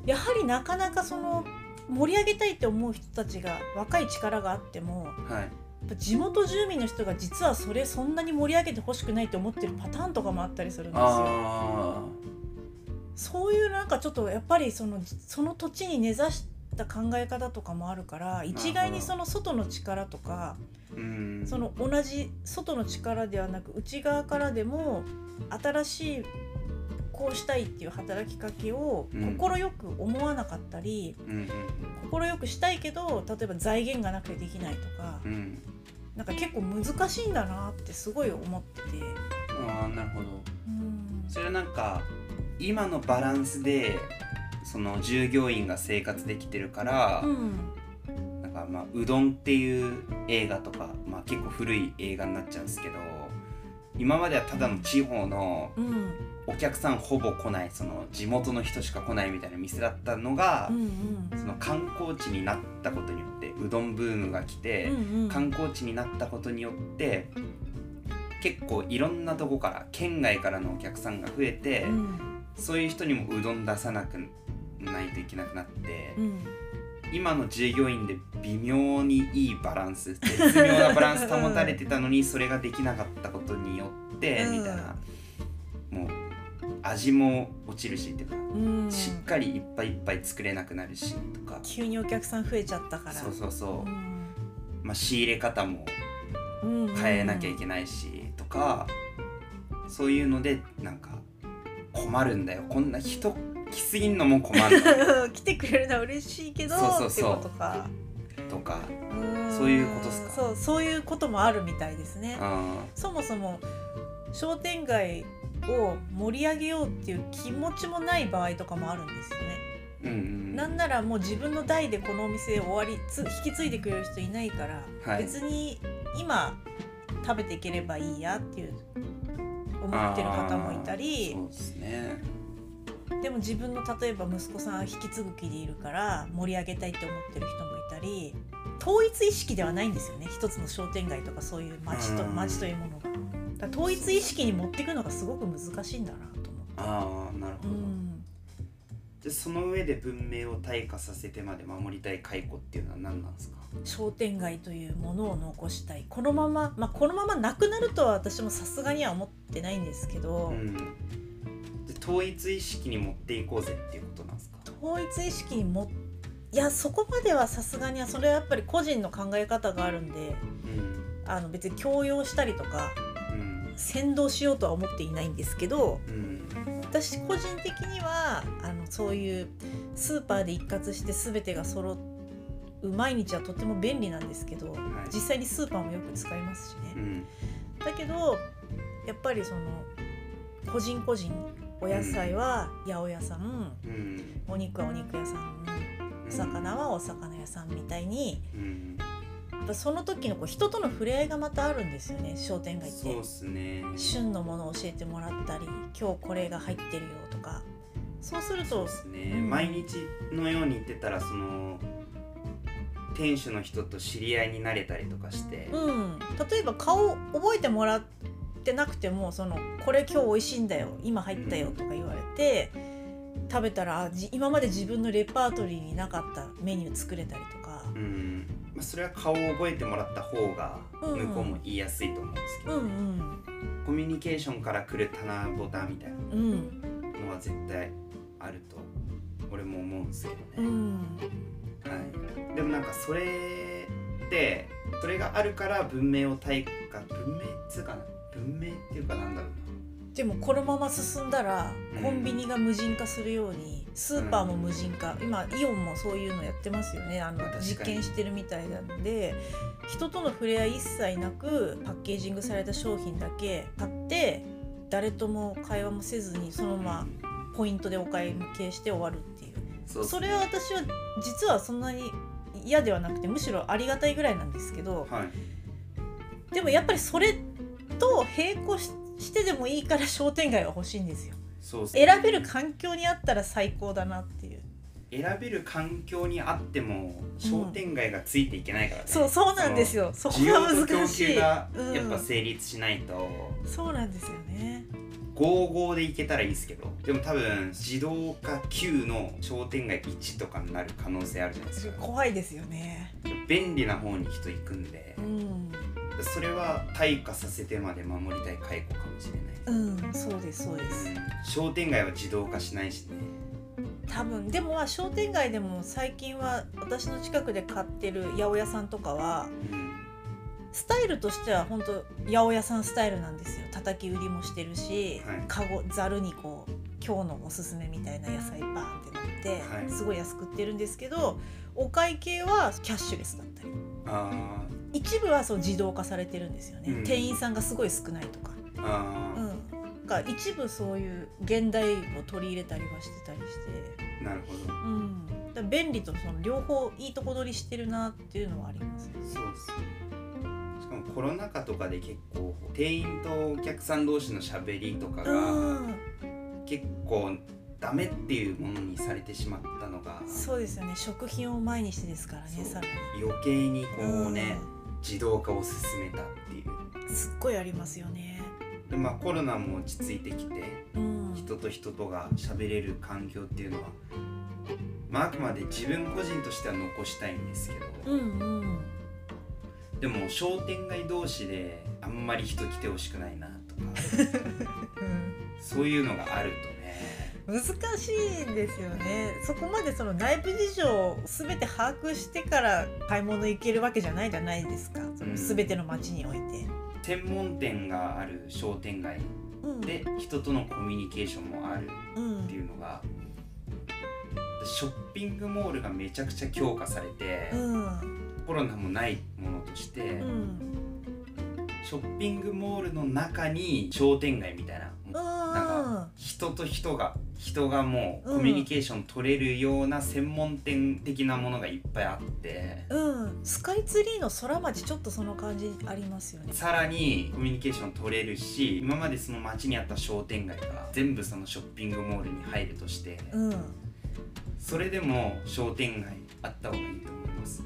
やはりなかなかその盛り上げたいって思う人たちが若い力があっても
はい
やっぱ地元住民の人が実はそれそんなに盛り上げてほしくないって思ってるパターンとかもあったりするんですよ。
あ
そういうなんかちょっとやっぱりそのその土地に根ざした考え方とかもあるから一概にその外の力とか
あうん
その同じ外の力ではなく内側からでも新しいこうしたいっていう働きかけを
うん
快く思わなかったり
うんうん
快くしたいけど例えば財源がなくてできないとか
うんうん
なんか結構難しいんだなってすごい思ってて。
ああなるほど
うん
それはなんか今のバランスでその従業員が生活できてるから、
うん
なんかまあうどんっていう映画とか、まあ、結構古い映画になっちゃうんですけど今まではただの地方の
うん
お客さんほぼ来ないその地元の人しか来ないみたいな店だったのが
うんう、ん
その観光地になったことによってうどんブームが来て、
うんうん
観光地になったことによって結構いろんなとこから県外からのお客さんが増えて、
うん
そういう人にもうどん出さなくないといけなくなって、
うん
今の従業員で微妙にいいバランス絶妙なバランス保たれてたのにそれができなかったことによって、
うん
みたいなもう味も落ちるしっていうか、
うん
しっかりいっぱいいっぱい作れなくなるしとか
急にお客さん増えちゃったから
そうそうそうう、
ん
まあ、仕入れ方も
うんうん
変えなきゃいけないし、とかそういうのでなんか困るんだよこんな人来すぎんのも困る のよ
来てくれるのは嬉しいけど
そうそうそう
ってことか
とか、
ん
そういうことっすか
そうそういうこともあるみたいですね
うん、
そもそも商店街を盛り上げようっていう気持ちもない場合とかもあるんですよね、
うんうん、
なんならもう自分の代でこのお店終わりつ引き継いでくれる人いないから、
はい
別に今食べていければいいやっていう思ってる方もいたり
そうですね
でも自分の例えば息子さん引き継ぐ気でいるから盛り上げたいって思ってる人もいたり統一意識ではないんですよね一つの商店街とかそういう町と
うん
町というものが。だから統一意識に持っていくのがすごく難しいんだなと思って。
ああなるほ
う
ど、
ん
でその上で文明を退化させてまで守りたい解雇っていうのは何なんですか
商店街というものを残したいこのまま、まあ、このままなくなるとは私もさすがには思ってないんですけど、
うんで統一意識に持っていこうぜっていうことなんですか
統一意識にもいやそこまではさすがにはそれはやっぱり個人の考え方があるんで
うん
あの別に強要したりとか
うん
先導しようとは思っていないんですけど
うん
私個人的にはあのそういうスーパーで一括して全てが揃う毎日はとても便利なんですけど
はい
実際にスーパーもよく使いますしね。
うん
だけどやっぱりその個人個人お野菜は八百屋さん、
うん
お肉はお肉屋さん
うん
お魚はお魚屋さんみたいに
うん
やっぱその時のこう人との触れ合いがまたあるんですよね商店街っ
そう
て
っ。すね
旬のものを教えてもらったり今日これが入ってるよとかそうする
そ
と
うですね、
うん
毎日のように行ってたらその店主の人と知り合いになれたりとかして、
うん、例えば顔覚えてもらってなくてもその「これ今日美味しいんだよ今入ったよ」とか言われて食べたらあじ今まで自分のレパートリーになかったメニュー作れたりとか、
うんまあ、それは顔を覚えてもらった方が
うん
向こうも言いやすいと思うんですけ
う
ど、
ん
コミュニケーションから来る棚ボタンみたいな
うんうん
のは絶対あると俺も思うんですよね、
うん
はい、でもなんかそれってそれがあるから文明を対価文明っつうかな文明っていうかなんだろう
でもこのまま進んだら
うん
コンビニが無人化するようにスーパーも無人化今イオンもそういうのやってますよねあの
まあ確かに
実験してるみたいなんで人との触れ合い一切なくパッケージングされた商品だけ買って誰とも会話もせずにその
な、
ままポイントでお会計して終わるっていう
そうっす
それは私は実はそんなに嫌ではなくてむしろありがたいぐらいなんですけど
はい
でもやっぱりそれと並行ししてでもいいから商店街は欲しいんですよ。
そうっすね
選べる環境にあったら最高だなっていう
選べる環境にあっても商店街がついていけないからね、
そうそうなんですよそこ
需
が
要と供
難し
給
い
が
うん
やっぱ成立しないと、
そうなんですよね
55でいけたらいいですけどでも多分自動化9の商店街1とかになる可能性あるじゃないですか
怖いですよね
便利な方に人行くんで
うん、
それは退化させてまで守りたい解雇かもしれない、
うん、そうですそうです
うん、商店街は自動化しないしね
多分でもまあ商店街でも最近は私の近くで買ってる八百屋さんとかは
うん
スタイルとしては本当八百屋さんスタイルなんですよ叩き売りもしてるし、
はい
カゴざるにこう今日のおすすめみたいな野菜バーンって乗って、
はい
すごい安く売ってるんですけどお会計はキャッシュレスだったり
あ
一部はそう自動化されてるんですよね、
うん
店員さんがすごい少ないとか、
ーあ
うん、が一部そういう現代を取り入れたりはしてたりして、
ー、なるほど
うん、だから便利とその両方いいとこ取りしてるなっていうのはありますね。
そうっすねしかもコロナ禍とかで結構店員とお客さん同士のしゃべりとかが
うん
結構ダメっていうものにされてしまったのが
そうですよね食品を前にしてですから
そ
ね
う
さらに。
余計にこうね
ん
自動化を進めたっていう
すっごいありますよね。
でまあコロナも落ち着いてきて
うん、
人と人とが喋れる環境っていうのは、まあ、あくまで自分個人としては残したいんですけど、
うんうん
でも商店街同士であんまり人来てほしくないなとか そういうのがあるとね
難しいんですよねそこまでその内部事情を全て把握してから買い物行けるわけじゃないじゃないですかその全ての町において。
専門店がある商店街
うん、
で人とのコミュニケーションもある
う
ってい
ん
うのがショッピングモールがめちゃくちゃ強化されて、
うん
コロナもないものとして、
うん
ショッピングモールの中に商店街みたいな
うん
か人と人が人がもうコミュニケーション取れるような専門店的なものがいっぱいあって
うん、スカイツリーの空町ちょっとその感じありますよね。
さらにコミュニケーション取れるし今までその街にあった商店街が全部そのショッピングモールに入るとして
うん、
それでも商店街あった方がいいと思います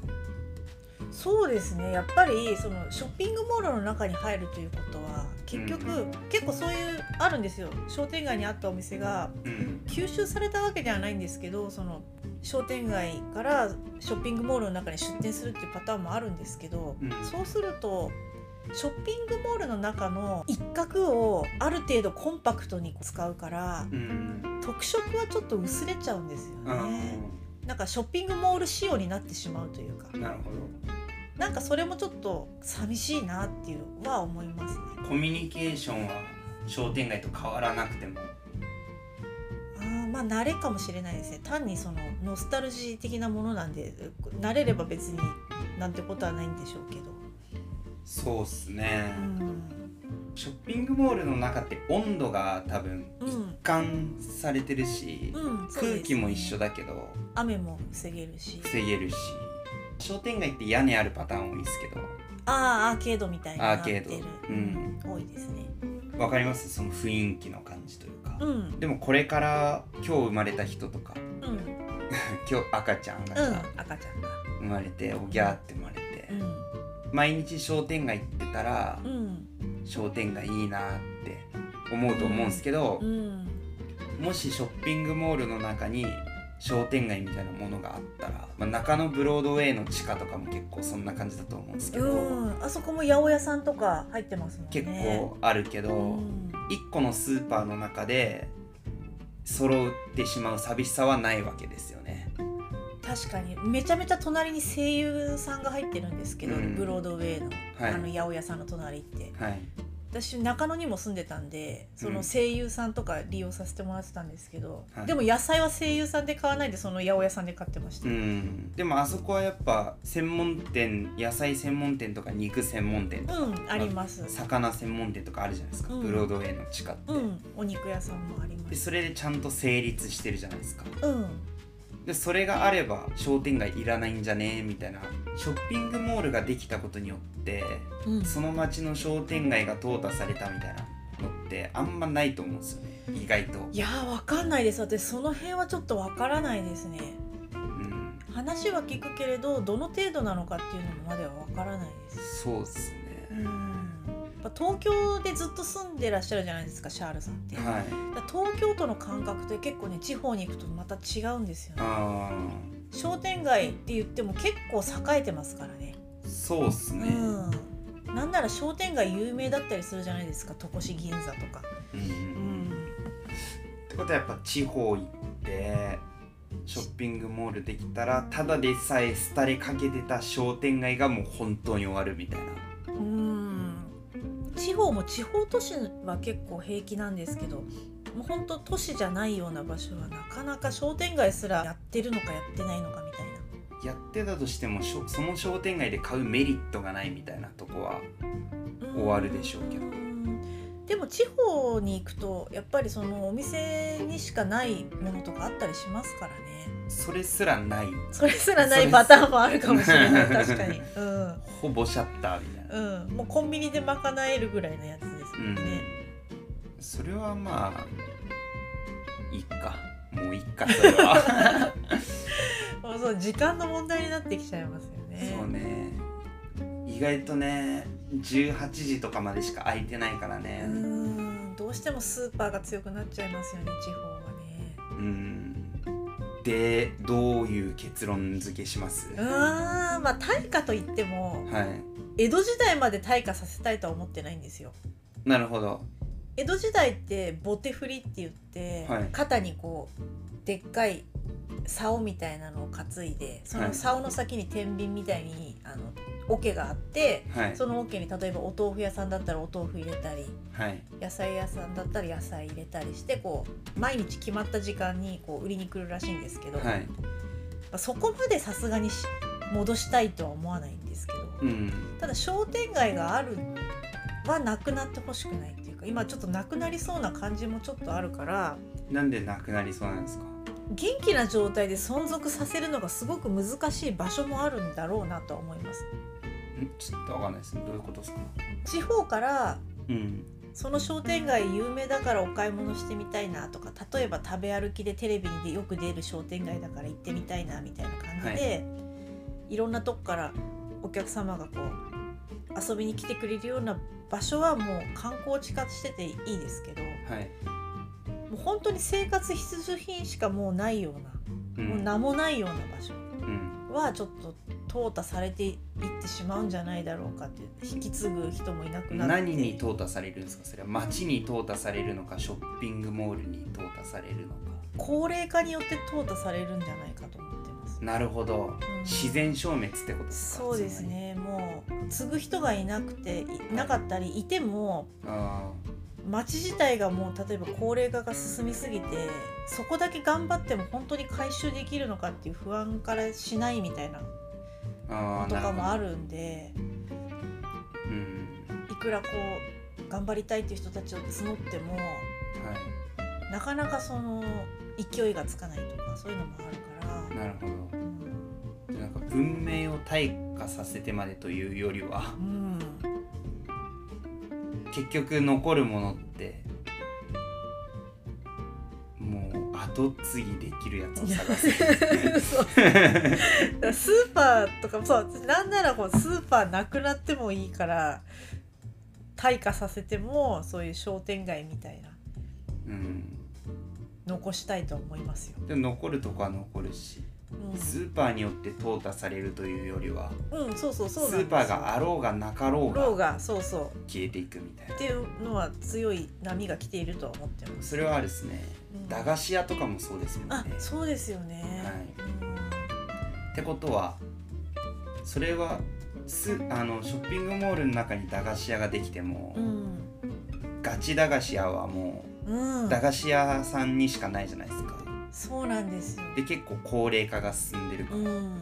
そうですね。やっぱりそのショッピングモールの中に入るということは結局、
うん
結構そういうあるんですよ。商店街にあったお店が
うん
吸収されたわけではないんですけど、その商店街からショッピングモールの中に出店するっていうパターンもあるんですけど、
うん
そうすると。ショッピングモールの中の一角をある程度コンパクトに使うから
うん
特色はちょっと薄れちゃうんですよ
あ
ね。なんかショッピングモール仕様になってしまうというか
ーなるほ
なんかそれもちょっと寂しいなっていうは思いますね。
どコミュニケーションは商店街と変わらなくても
あーまあ慣れかもしれないですね単にそのノスタルジー的なものなんで慣れれば別になんてことはないんでしょうけど。
そうっすね
うん
ショッピングモールの中って温度が多分
うん
一貫されてるし、
うん、そう
空
です
気も一緒だけど
雨も防げるし
防げるし商店街って屋根あるパターン多いですけど
ああアーケードみたいになってる
アーケードうん
多いですね。
わかりますその雰囲気の感じというか、
うん
でもこれから今日生まれた人とか
うん
今日赤ちゃんが
うん
さ、
赤ちゃんが。
生まれておぎゃーって生まれて、
う
毎日商店街行ってたら、
んうん
商店街いいなーって思うと思うんですけど
う、ん
もしショッピングモールの中に商店街みたいなものがあったら、まあ、中野ブロードウェイの地下とかも結構そんな感じだと思うんですけど、
うん、あそこも八百屋さんとか入ってますもんね。
結構あるけど、
うん、
1個のスーパーの中で揃ってしまう寂しさはないわけですよね。
確かにめちゃめちゃ隣に声優さんが入ってるんですけど、
うん
ブロードウェイの,、
はい
あの八百屋さんの隣って
はい、私
私中野にも住んでたんでそ
うん
の声優さんとか利用させてもらってたんですけど、
はい
でも野菜は声優さんで買わないでその八百屋さんで買ってました、
うんでもあそこはやっぱ専門店野菜専門店とか肉専門店とか、
うんあります、
魚専門店とかあるじゃないですか、
うん
ブロードウェイの地下って、
うんお肉屋さんもありま
ですそれでちゃんと成立してるじゃないですか
うん
でそれがあれば商店街いらないんじゃねみたいなショッピングモールができたことによって
うん
その町の商店街が淘汰されたみたいなのってあんまないと思うんですよね意外と、
いやーわかんないです私その辺はちょっとわからないですね
うん、
話は聞くけれどどの程度なのかっていうのもまではわからないです
そうです
う
ね、
んやっぱ東京でずっと住んでらっしゃるじゃないですかシャールさんって、だか
はい
ら東京との感覚って結構ね地方に行くとまた違うんですよね
あ
商店街って言っても結構栄えてますからね
ーそうっすね、
うんなんなら商店街有名だったりするじゃないですか戸越銀座とか
うんってことはやっぱ地方行ってショッピングモールできたらただでさえ廃れかけてた商店街がもう本当に終わるみたいな
うん地方も地方都市は結構平気なんですけどもう本当都市じゃないような場所はなかなか商店街すらやってるのかやってないのかみたいな
やってたとしてもしょその商店街で買うメリットがないみたいなとこは終わるでしょうけど
うんでも地方に行くとやっぱりそのお店にしかないものとかあったりしますからね
それすらない
それすらないパターンもあるかもしれない
それす
確かにうん、
ほぼシャッターみたいな、
うん、もうコンビニで賄えるぐらいのやつですも
うん
んね、
それはまあいいかもういいかそ れは
もうそう時間の問題になってきちゃいますよね
そうね意外とね18時とかまでしか空いてないからね
うんどうしてもスーパーが強くなっちゃいますよね地方はね
うんでどういう結論付けします
うーんまあ対価といっても
はい
江戸時代まで対価させたいとは思ってないんですよ
なるほど
江戸時代ってボテ振りって言って、
はい
肩にこうでっかい竿みたいなのを担いでそ
は
の
い
竿の先に天秤みたいにあの桶があって
はい
その桶に例えばお豆腐屋さんだったらお豆腐入れたり
はい
野菜屋さんだったら野菜入れたりしてこう毎日決まった時間にこう売りに来るらしいんですけど、
は
ま
い
あそこまでさすがにし戻したいとは思わないんですけど。
うん
ただ商店街があるはなくなってほしくないっていうか今ちょっとなくなりそうな感じもちょっとあるから
なんでなくなりそうなんですか
元気な状態で存続させるのがすごく難しい場所もあるんだろうなとは思います
んちょっとわかんないですどういうことですか
地方から
うん
その商店街有名だからお買い物してみたいなとか例えば食べ歩きでテレビによく出る商店街だから行ってみたいなみたいな感じで、い、ろんなとこからお客様がこう遊びに来てくれるような場所はもう観光地化してていいですけど
はい、
もう本当に生活必需品しかもうないような、
うん、
もう名もないような場所
うん
はちょっと淘汰されていってしまうんじゃないだろうかっていう引き継ぐ人もいなくなって
何に淘汰されるんですかそれは街に淘汰されるのかショッピングモールに淘汰されるのか
高齢化によって淘汰されるんじゃないかと思ってます。
なるほど
うん
自然消滅ってことですか
そうですねもう継ぐ人がいなくていなかったりいても
つまりあ
町自体がもう例えば高齢化が進みすぎてそこだけ頑張っても本当に回収できるのかっていう不安からしないみたいな
ーあー
とかもあ
なる
るんで
ほどうん
いくらこう頑張りたいっていう人たちを募っても
は
なかなかその勢いがつかないとかそういうのもあるか
い
ら
なるほどなんか文明を退化させてまでというよりは
うん
結局残るものってもう後継ぎできるやつを探せ
そうだからスーパーとかもそうなんならこうスーパーなくなってもいいから退化させてもそういう商店街みたいな
うん
残したいと思いますよ。
でも残るとこは残るしス
う
ーパーによって淘汰されるというよりは
ん、うん、そうそう
ス
そうなんですよ
ーパーがあろうがなかろう
ロー
が
がそうそう
消えていくみたいな
っていうのは強い波が来ているとは思ってます。
それはあれですね
うん
駄菓子屋とかもそうですもんね
あそうですよね。
ってことはそれはすあのショッピングモールの中に駄菓子屋ができても、
うん
ガチ駄菓子屋はも
うん、う
うん駄、菓子屋さんにしかないじゃないですか
そうなんですよ。
で結構高齢化が進んでるか
う
ら、
ん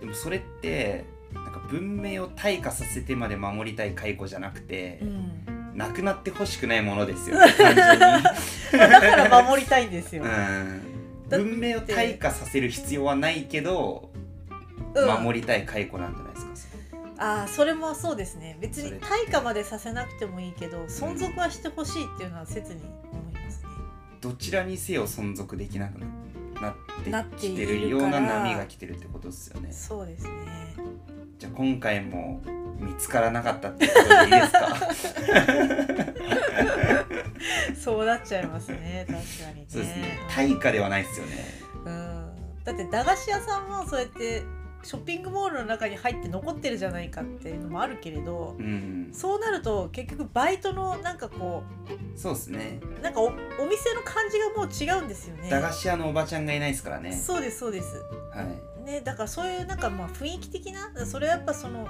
でもそれってなんか文明を退化させてまで守りたい解雇じゃなくて、
うん、
なくなってほしくないものですよね 単純に
だから守りたいんですよ。だ
う
っ
ん
て
文明を退化させる必要はないけ
う
ど、
ん
守りたい解雇なんじゃないですか
ああそれもそうですね別に対価までさせなくてもいいけど存続はしてほしいっていうのは切に思いますね
どちらにせよ存続できなくな
な
っ
ってて
き
い
て
る
るような
から
波が来てるってことですよね
そうですね
じゃあ今回も見つからなかったってことでいいですか
そうなっちゃいますね確かにね
そうですね対価ではないですよね
うん、だって駄菓子屋さんもそうやってショッピングモールの中に入って残ってるじゃないかっていうのもあるけれど
うん
そうなると結局バイトのなんかこ
そうですね
うなんかおお店の感じがもう違うんですよね
駄菓子屋のおばちゃんがいないですからね
そうですそうです
はい
ね、だからそういうなんかまあ雰囲気的なそれはやっぱその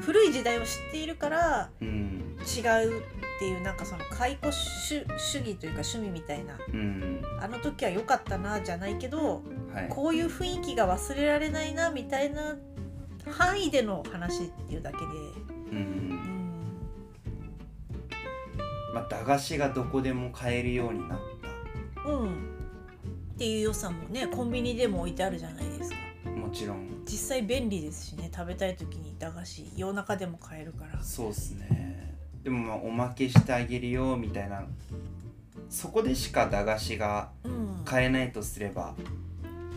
古い時代を知っているから
うん
違うっていうなんかその解雇主主義というか趣味みたいな
うん
あの時は良かったなじゃないけど
はい
こういう雰囲気が忘れられないなみたいな範囲での話っていうだけで、
う
うんん、
まあ駄菓子がどこでも買えるようになった
うん、っていう良さもねコンビニでも置いてあるじゃないですか
もちろん
実際便利ですしね食べたい時に駄菓子夜中でも買えるから
そうですねでもまあおまけしてあげるよみたいなそこでしか駄菓子が
うん
買えないとすれば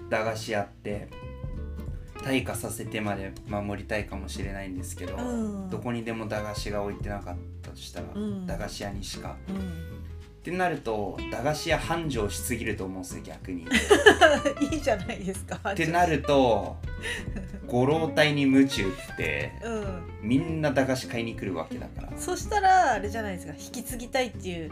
駄菓子屋って退化させてまで守りたいかもしれないんですけど、
うん
どこにでも駄菓子が置いてなかったとしたら、
うん
駄菓子屋にしか
うん
ってなると駄菓子屋繁盛しすぎると思うんですよ 逆に。
いいじゃないですか。
ってなるとご老体に夢中って
うん、
みんな駄菓子買いに来るわけだから
そしたらあれじゃないですか引き継ぎたいっていう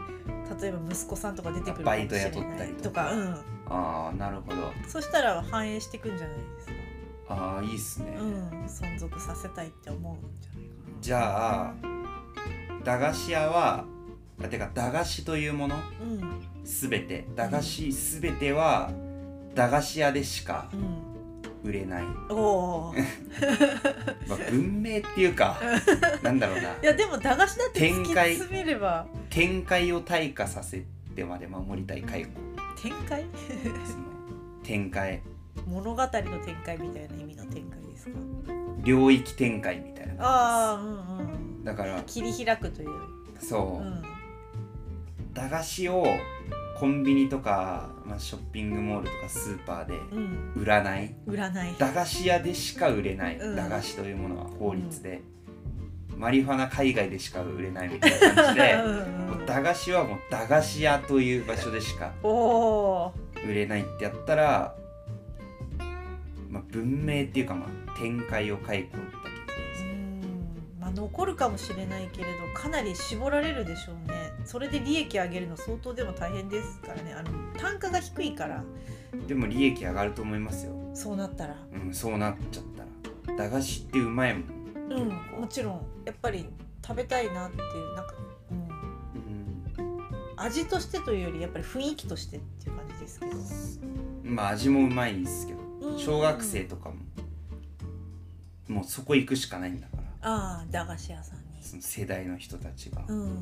例えば息子さんとか出てくる
バイト雇ったりと
と
か
か、
ああなるほど
うん、そしたら反映していくんじゃないですか、
ああいいっすね、
うん、存続させたいって思うんじゃないかな
じゃあ駄菓子屋はあてか駄菓子というもの
うん
すべて駄菓子すべては駄菓子屋でしか
うん
売れない、ま
おー
あ、文明っていうかなんだろうない
やでも駄菓子だって突き
展開
詰めれば
展開を退化させてまで守りたい解雇
展開
その展開
物語の展開みたいな意味の展開ですか
領域展開みたいな
ああうんうん
だから
切り開くという、
そうう、
ん、
駄菓子をコンビニとか、まあ、ショッピングモールとかスーパーで
うん、
売らない
占い
駄菓子屋でしか売れない、
うん
駄菓子というものは法律で、マリファナ海外でしか売れないみたいな感じで
うん
もう駄菓子はもう駄菓子屋という場所でしか
おお
売れないってやったら、まあ、文明っていうか、まあ、展開を解雇だ
ーうんまあ残るかもしれないけれどかなり絞られるでしょうねそれで利益上げるの相当でも大変ですからねあの単価が低いから
けどでも利益上がると思いますよ、
そうなったら
うん、そうなっちゃったら駄菓子ってうまいもん、
うんもちろんやっぱり食べたいなっていうなんか、うん、
う
味としてというよりやっぱり雰囲気としてっていう感じですけど、
ん、まあ味もうまいですけど
うん
小学生とかも、もうそこ行くしかないんだから
ああ駄菓子屋さんに
その世代の人たちが、
うんうん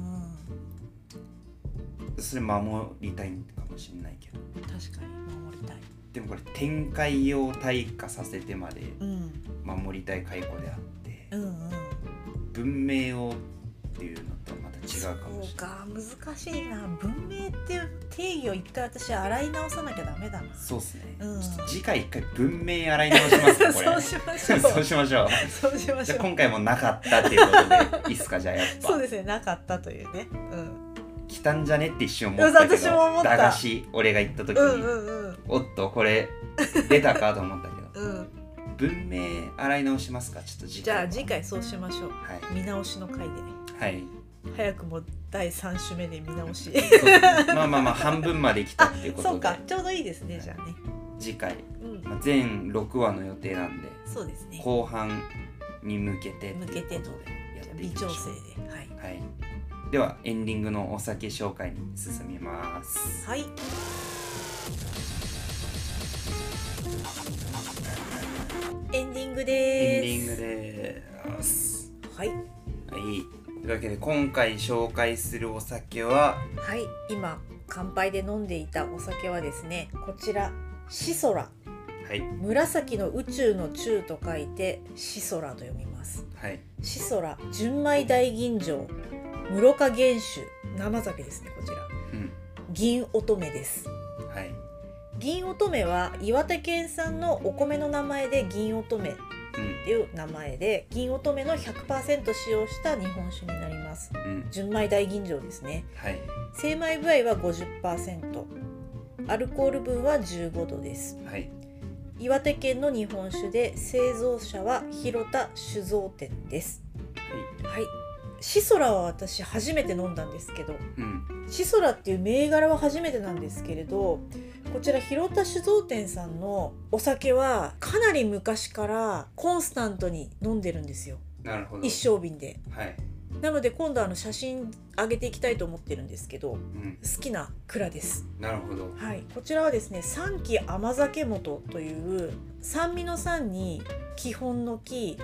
それ守りたいんかもしれないけど
確かに守りたい
でもこれ展開を退化させてまで
うん
守りたい解雇であって
うんうん
文明をっていうのとはまた違うかもし
そうか難しいな文明っていう定義を一回私洗い直さなきゃダメだな
れないそうっすね、
うん
ちょっと次回一回文明洗い直し ますかこれ
そうしましょう
そ
そ
うしましょう
うしまし
じゃあ
ょう
今回もなかったっていうことでいいっすかじゃあやっぱ
そうですねなかったというね、うん、
来たんじゃねって一瞬思ったけど
うん私も思った
駄菓子俺が行った時に、
うんうんうん
おっとこれ出たかと思ったけ ど
うん
文明洗い直しますかちょっと次
じゃ
回
あ次回そうしましょう
は
見直しの回で
い、はい、
早くも第三週目で見直し
そうですねまあまあまあ半分まで来た
あ
っていう こ
そ
と
う
で
かちょうどいいですねじゃあね
次回、
うん
まあ、全6話の予定なんで
そうですね
後半に向けて
向けてと
ということでや
じゃ
っ
あ
てい
微
きま
調
しょ
整
う
ではい
はいではエンディングのお酒紹介に進みます
はいエンディング
エ
で
ンデ
す
ィングです
はい
はいというわけで今回紹介するお酒は
はい今乾杯で飲んでいたお酒はですねこちらシソラ
はい
紫の宇宙の宙と書いてシソラと読みます
はい
シソラ純米大吟醸室賀原酒生酒ですねこちら
うん
銀乙女です
はい
銀乙女は岩手県産のお米の名前で銀乙女
うん
っていう名前で銀乙女の100%使用した日本酒になります
うん
純米大吟醸ですね
はい
精米部合は50%アルコール分は15度です
はい
岩手県の日本酒で製造者は広田酒造店ですはいシソラは私初めて飲んだんですけど
うん
シソラっていう銘柄は初めてなんですけれどこちら広田酒造店さんのお酒はかなり昔からコンスタントに飲んでるんですよ
なるほど
一升瓶で
はい
なので今度あの写真上げていきたいと思ってるんですけど好
うん
きな蔵です
なるほど
はいこちらはですね三木甘酒元という酸味の酸に基本の木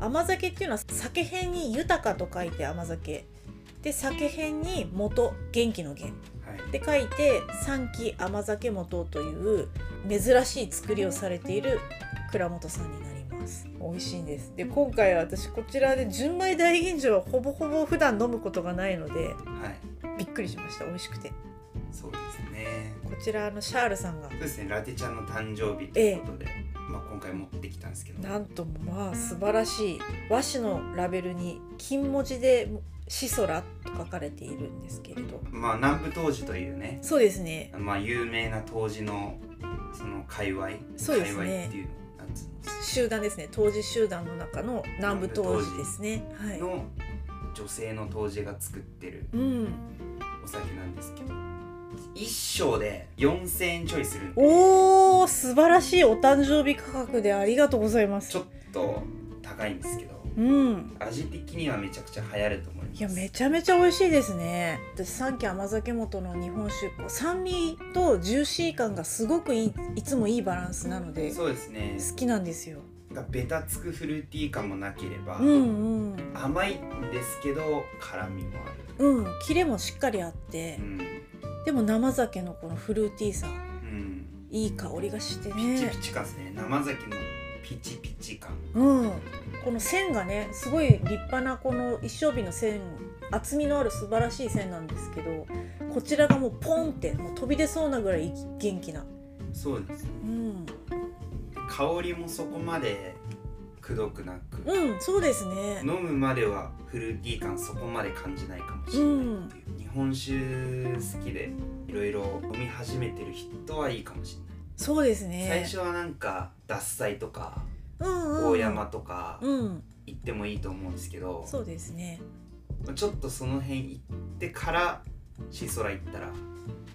甘酒っていうのは酒編に豊かと書いて甘酒で酒編に元元気の元
はい
って書いて三木甘酒元という珍しい作りをされている倉本さんになります美味しいんですで今回は私こちらで純米大吟醸はほぼほぼ普段飲むことがないので
はい
びっくりしました美味しくて
そうですね
こちらあのシャールさんが
そうですねラテちゃんの誕生日ということで、まあ、今回持ってきたんですけど
なんとまあ素晴らしい和紙のラベルに金文字で「シソラ」と書かれているんですけれど
まあ南部当時というね
そうですね
まあ有名な当時のその界隈
そうですね
界隈っていうのなんつう
集団ですね当時集団の中の南部当時ですねはい
のの女性の当時が作ってる
うん
お酒なんですけど一升で4000円ちょいするんで
おー素晴らしいお誕生日価格でありがとうございます
ちょっと高いんですけど
うん
味的にはめちゃくちゃ流行ると思います
いやめちゃめちゃ美味しいですね私三木甘酒元の日本酒こう酸味とジューシー感がすごくいいいつもいいバランスなので
そうですね
好きなんですよ
がベタつくフルーティー感もなければ、
うんうん
甘いんですけど辛みもあ
うんキレもしっかりあって
る、うん
でも生酒のこのフルーティーさ
うん、
いい香りがして
ピチ
ね
ピチ感ですね生酒のピチピチ感
うんこの線がねすごい立派なこの一生日の線厚みのある素晴らしい線なんですけどこちらがもうポンってもう飛び出そうなぐらい元気な
そうですね
うん、
香りもそこまでくどくなく、
うん、そうですね
飲むまではフルーティー感そこまで感じないかもしれないっていう、日本酒好きでいろいろ飲み始めてる人はいいかもし
そうです
れ
ね
ない、最初はなんか獺祭とか
うんうん、
大山とか
うん
行ってもいいと思うんですけど、
そうですね
まあちょっとその辺行ってからシーソラ行ったら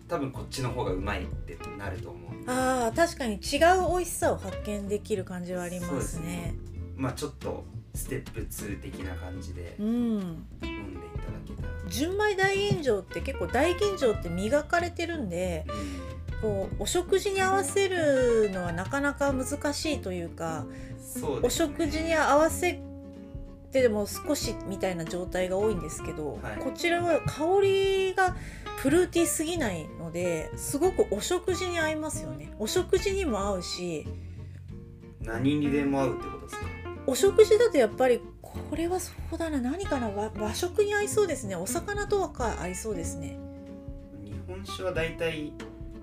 多分こっちの方がうまいってなると思う
あー確かに違う美味しさを発見できる感じはありますね
まあちょっとステップ2的な感じで
うん
飲んでいただけたら、
純米大吟醸って結構大吟醸って磨かれてるんでこうお食事に合わせるのはなかなか難しいというか
うんそう
お
ですね
食事に合わせてでも少しみたいな状態が多いんですけど、
はい
こちらは香りがフルーティーすぎないのですごくお食事に合いますよねお食事にも合うし
何にでも合うってことですか
お食事だとやっぱりこれはそうだな何かな和和食に合いそうですねお魚とか合いそうですね
日本酒は大体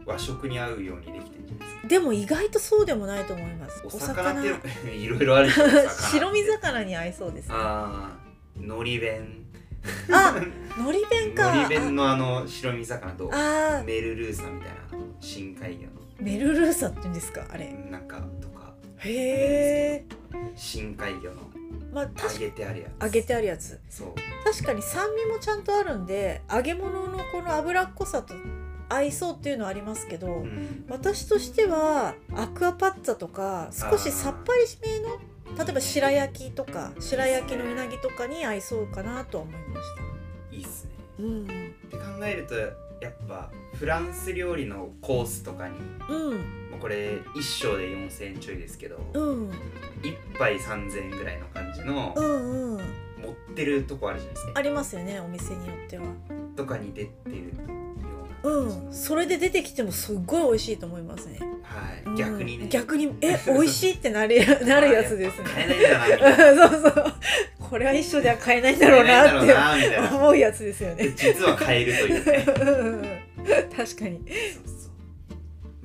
和食に合うようにできてるんじゃないですか
でも意外とそうでもないと思います
お魚って いろいろあ るじゃないですか
白身魚に合いそうですね
ああのり弁
あのり弁か
のり弁のあの白身魚と
ああ
メルルーサみたいな深海魚
メルルーサって言うんですかあれ
の中とか
へえ
深海魚の
まあ確
揚
か
げてあるやつ
揚げてあるやつ
そう
確かに酸味もちゃんとあるんで揚げ物のこの脂っこさと合いそうっていうのはありますけど、
うん
私としてはアクアパッツァとか少しさっぱりしめの例えば白焼きとか白焼きのうなぎとかに合いそうかなとは思いまし
いいっすね
たうん
って考えるとやっぱフランス料理のコースとかに
うん
もうこれ一升で4,000円ちょいですけど、
うん
一杯3,000円ぐらいの感じの
うんうん
持ってるとこあるじゃないですか
ありますよねお店によっては
とかに出てるような
う
感
ん
じ
それで出てきてもすっごい美味しいと思いますね、
のはい、
うん
逆にね
逆に え美味しいってなるやなるやつです
買え
ね
ないんだなみたいな
そうそうこれは一緒では買えないんだろうなっ
買えないんだろうなみ
て
たいな
思うやつですよ ね
で実は買えるというね
うんうん確かに
そうそう、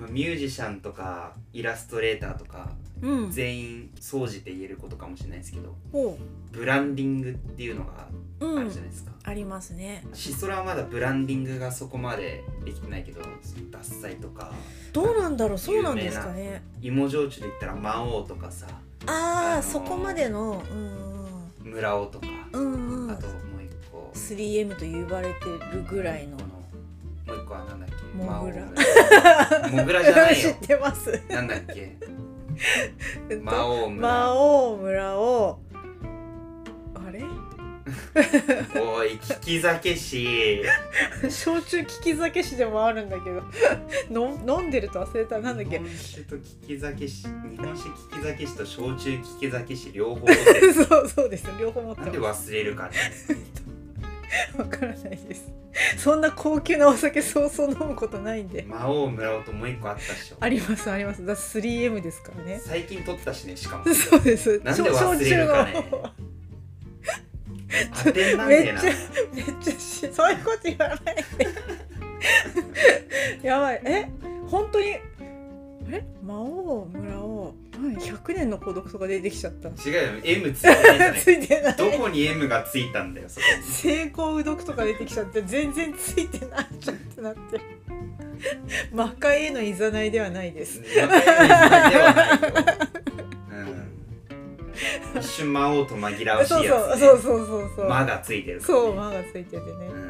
まあ、ミュージシャンとかイラストレーターとか
うん
全員総じて言えることかもしれないですけど
ほ
ブランディングっていうのが
うう
ある
ん
じゃないですか、
ありますね
シソラはまだブランディングがそこまでできてないけどその獺祭とか
どうなんだろうそうなんですかね
芋焼酎で言ったら魔王とかさ
あー、
あのー
そこまでのうん
村尾とか、
うんうんう
あ
ん
ともう一個
3M と呼ばれてるぐらいの
このもう一個はなんだっけ
モグラ
魔王モグラじゃな い
知っ
よ
てます
なんだっけ魔王
魔
村
王村をあれ
おい聞き酒師
焼酎利き酒師でもあるんだけど の飲んでると忘れたなんだっ
日
け
本酒と聞き酒師日本酒聞き酒師と焼酎聞き酒師両方持ってる
そうそうです両方持って
なんで
ま
忘れるかね
すわからないですそんな高級なお酒そうそう飲むことないんで
魔王村尾ともう一個あったっしょ
ありますありますだって 3M ですからね
最近取ったしねしかも
そうです。
なんで忘れるかね
焼酎の
当てになんねえな
めっめっちゃし、そういうこと言わないで。 やばい、え、本当に。え、魔王、村王、何100年の孤独とか出てきちゃった。
違うよ M ついてないじゃない
ついてない。
どこに M がついたんだよそこに
成功うどくとか出てきちゃって、全然ついてないじゃんってなってる。魔界へのいざないではないです。
ではないよ、うん、一瞬魔王と紛らわし
そう
いやつ、
そう、そうそ
ね、
うそうそう。
魔がついてるからね
そう、魔がついててね。
うん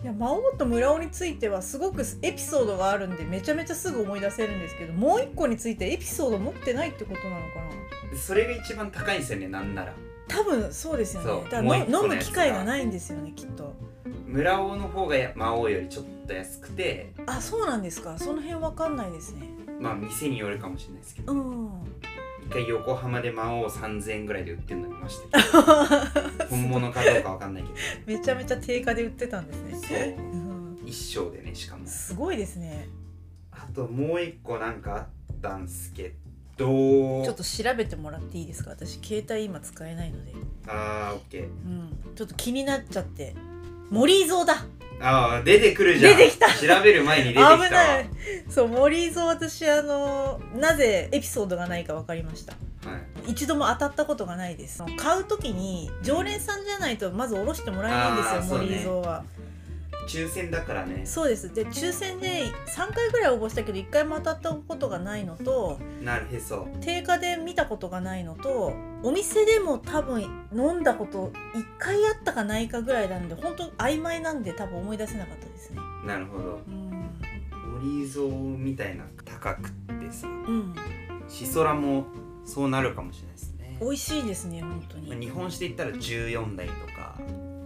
いや魔王と村尾についてはすごくエピソードがあるんでめちゃめちゃすぐ思い出せるんですけどもう一個についてエピソード持ってないってことなのかな
それが一番高いんですよねなんなら
多分そうですよ
そう
ねだから
もう
の
一個の
飲む
やつが
機会がないんですよねきっと
村尾の方が魔王よりちょっと安くて
あそうなんですかその辺わかんないですね
まあ店によるかもしれないですけど
うん
1回横浜で魔王3000円ぐらいで売ってるの見ました 本物かどうかわかんないけど
めちゃめちゃ定価で売ってたんですね。
そう
うん
一生でねしかも
すごいですね。
あともう一個なんかあったんすけど
ちょっと調べてもらっていいですか。私携帯今使えないので、
あーオッケー
うん、ちょっと気になっちゃって。森蔵だ。
あー出てくるじゃん
出てきた
調べる前に出てきたわ
危ない。そう森蔵私あのなぜエピソードがないか分かりました。
はい
一度も当たったことがないです買う時に常連さんじゃないとまず下ろしてもらえないんですよ
あー
森蔵は
抽選だからね
そう,、ですで抽選で3回ぐらい応募したけど1回も当たったことがないのと
なるへそ
定価で見たことがないのとお店でも多分飲んだこと1回あったかないかぐらいなんで本当曖昧なんで多分思い出せなかったですね
なるほど
うん
森蔵みたいな高くってさ
うん
シソラもそうなるかもしれないですね
美味しいですね本当
まあ
に、
日本史で言ったら14代とか、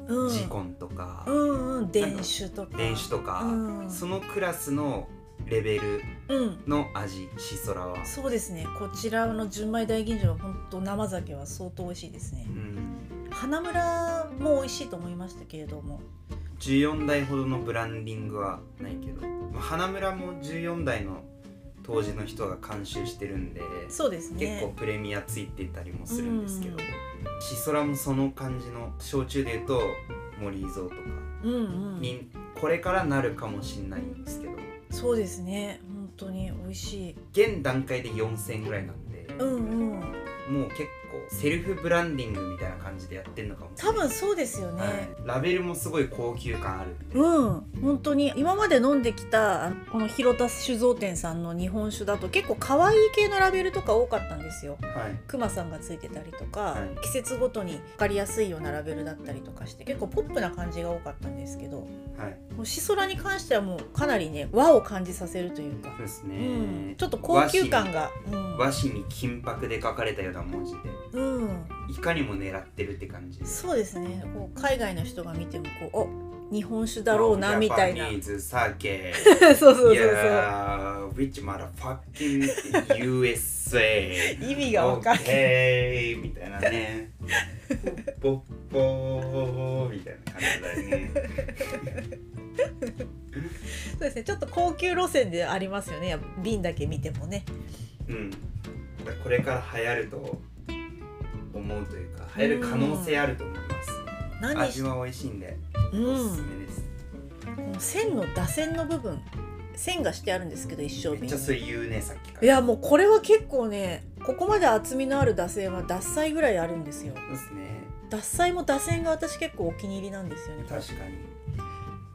うん、
ジコンとか、
うんうん伝酒とか
電酒とか、
うん
そのクラスのレベル
うん
の味シソラは、
そうですね。こちらの純米大吟醸は本当生酒は相当美味しいですね
う。ん、
花村も美味しいと思いましたけれども、
14代ほどのブランディングはないけど、まあ、花村も14代の当時の人が監修してるんで
そうですね。
結構プレミアついてたりもするんですけ
う
ど、
ん
シソラもその感じの焼酎で言うと森伊蔵とか
うんうん。
にこれからなるかもしれないんですけど
そうですね。本当に美味しい。
現段階で4000ぐらいなんで、
うんうん。
もう結構セルフブランディングみたいな感じでやってんのかもしれ
多
ない
分そうですよね。
はい、ラベルもすごい高級感あるんで、
うん、本当に今まで飲んできたあのこの広田酒造店さんの日本酒だと結構可愛い系のラベルとか多かったんですよ。
はい
クマさんがついてたりとか、
はい
季節ごとに分かりやすいようなラベルだったりとかして結構ポップな感じが多かったんですけど
はい
もうシソラに関してはもうかなりね和を感じさせるというか
そう、です
う
ね、
ん、ちょっと高級感が、うん
和紙に和紙に金箔で書かれたような文字で
うん、
いかにも狙ってるって感じです
そうですねこう海外の人が見てもこうお日本酒だろうなみたいな
ジャパニーズサー ケ
そうそう
ー
そ
いう
そ
やー which motherfucking USA
う意味がわかんない、
OK みたいなね。ポッポーみたいな感じだよね。
そうですねちょっと高級路線でありますよねやっぱ瓶だけ見てもね
うん。これから流行ると思うというか、流行る可能性あると思います。
何し
味は美味しいんで、
う
おすす
ん
めです。
この線の打線の部分線がしてあるんですけど一生
めっ
瓶
ちゃそれ言うね、さっきか
い
ら。
やもうこれは結構ねここまで厚みのある打線は脱菜ぐらいあるんですよ
そうですね。
脱菜も打線が私結構お気に入りなんですよね
確か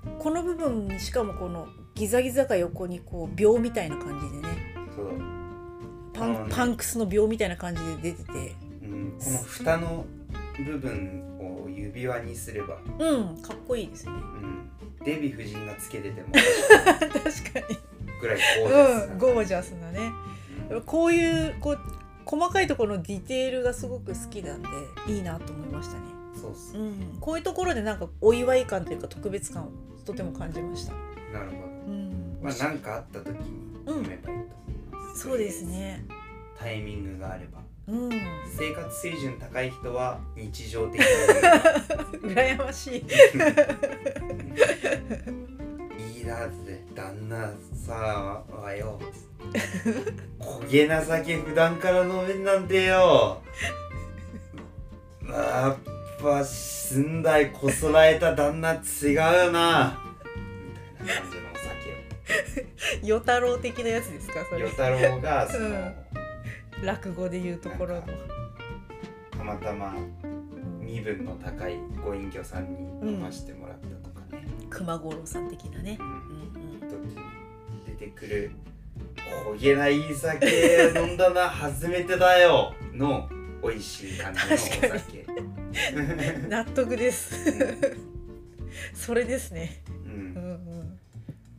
に。
この部分にしかもこのギザギザが横にこう秒みたいな感じでね
そう。
パン,、
うん
パンクスの秒みたいな感じで出てて
うん、この蓋の部分を指輪にすれば、
うんかっこいいですね
うん、デヴィ夫人がつけてても
確かに
ぐらいゴージャ
う
スな。
んゴージャスなね
うん
こういうこう細かいところのディテールがすごく好きなんでいいなと思いましたね、
そうっす
う。ん、こういうところでなんかお祝い感というか特別感をとても感じました、
なるほど。
うん
まあ、なんかあった時に
うん
飲めばいいと思います、
そうですね
タイミングがあれば
うん
生活水準高い人は日常的に
羨ましい
いいなって旦那さんはよ焦げな酒普段から飲めんなんてよやっぱ死んだいこそらえた旦那違うなみたいな感じのお酒を
与太郎的なやつですかそ
与
れ
太郎がその、
うん落語で言うところの
なんかたまたま身分の高いご隠居さんに飲ましてもらったとかね、
熊五郎さん的なね
う、
うん
ん
うん、
時に出てくる「焦げない酒飲んだな初めてだよ」の美味しい感じのお酒
納得です それですね
う
うんん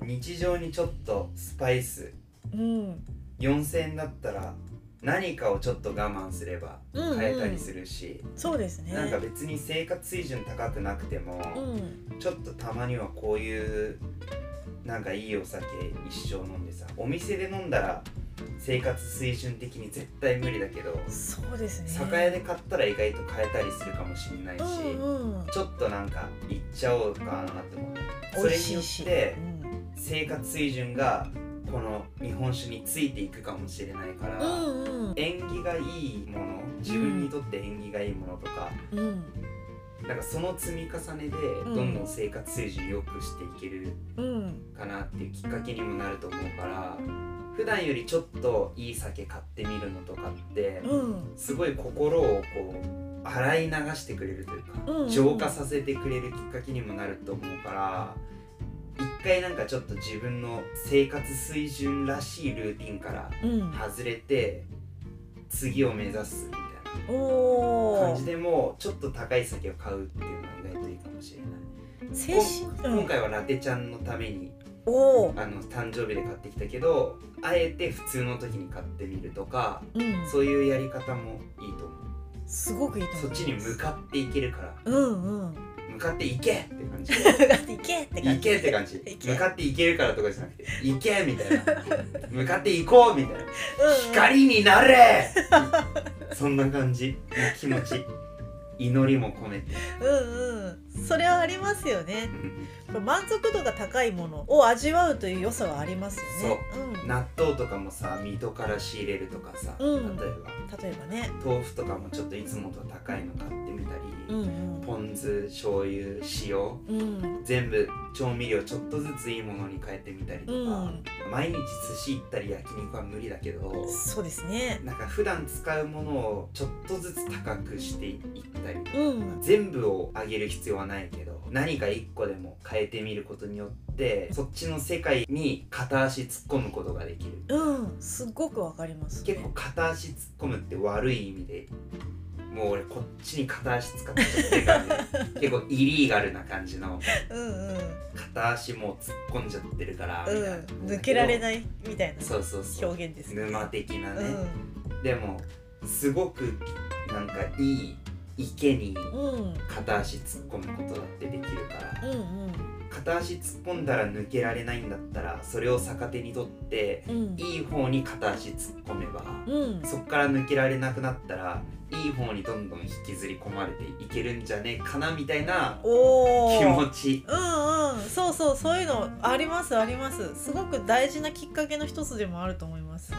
日常にちょっとスパイス
うんうん
4,000円だったら何かをちょっと我慢すれば
うんうん
変えたりするし、
そうですね
なんか別に生活水準高くなくても、
うん
ちょっとたまにはこういうなんかいいお酒一生飲んでさお店で飲んだら生活水準的に絶対無理だけど
そうですね
酒屋で買ったら意外と買えたりするかもしれないし、
うんうん
ちょっとなんか行っちゃおうかなって思ってそ
美味
れに
し
よ
いし
って
うん
生活水準がこの日本酒についていくかもしれないから、
うん
縁起がいいもの自分にとって縁起がいいものとか、
うんうん
なんかその積み重ねで
ん
どんどん生活水準良くしていける
うん
かなっていうきっかけにもなると思うから普段よりちょっといい酒買ってみるのとかって
うん
すごい心をこう洗い流してくれるという
うんう
か
ん
浄化させてくれるきっかけにもなると思うから一回なんかちょっと自分の生活水準らしいルーティンから
うん
外れて次を目指すみたいな。
お
感
お
じでもちょっと高い酒を買うっていうのは意外といいかもしれない
精
こ
神
ん今回はラテちゃんのために
おお
あの誕生日で買ってきたけどあえて普通の時に買ってみるとか
うん
そういうやり方もいいと思
すごくいいと
う
思い
そっ
ま
ち
す
に向かっていけるから
うんうん
向かっていけって感じ
だって 行けって
い
感じ
けって感じ
いけ
向かっていけるからとかじゃなくていけみたい な向かっていこうみたいな光に なれそんな感じ気持ち祈りも込めて、
うんうんうんそれはありますよね
うん
満足度が高いものを味わうという良さはありますよね
納豆とかもさ水戸から仕入れるとかさ、
うん
例え
う
ば
ん例えばね
豆腐とかもちょっといつもと高いの買ってみたり、
うんうん
ポン酢醤油塩
うん
全部調味料ちょっとずついいものに変えてみたりとか、
うん
毎日寿司行ったり焼肉は無理だけど
そうですね
なんか普段使うものをちょっとずつ高くしていったりとか
うん
全部を上げる必要はないけど何か1個でも変えてみることによってそっちの世界に片足突っ込むことができる
うんすっごくわかりますね
結構片足突っ込むって悪い意味でもう俺こっちに片足使っちゃって るからね結構イリーガルな感じの
うんうん
片足もう突っ込んじゃってるからみたいな、
うん抜けられ
い
ないみたいな
そうそうそう
表現ですね
沼的な
う
ね、
ん
でもすごくなんかいい池に
うん
片足突っ込むことだってできるから
うん
片足突っ込んだら抜けられないんだったらそれを逆手にとって
うん
いい方に片足突っ込めば、
うん
そっから抜けられなくなったらいい方にどんどん引きずり込まれていけるんじゃねえかなみたいな
おお
気持ち
うんうんそうそうそういうのありますありますすごく大事なきっかけの一つでもあると思いますね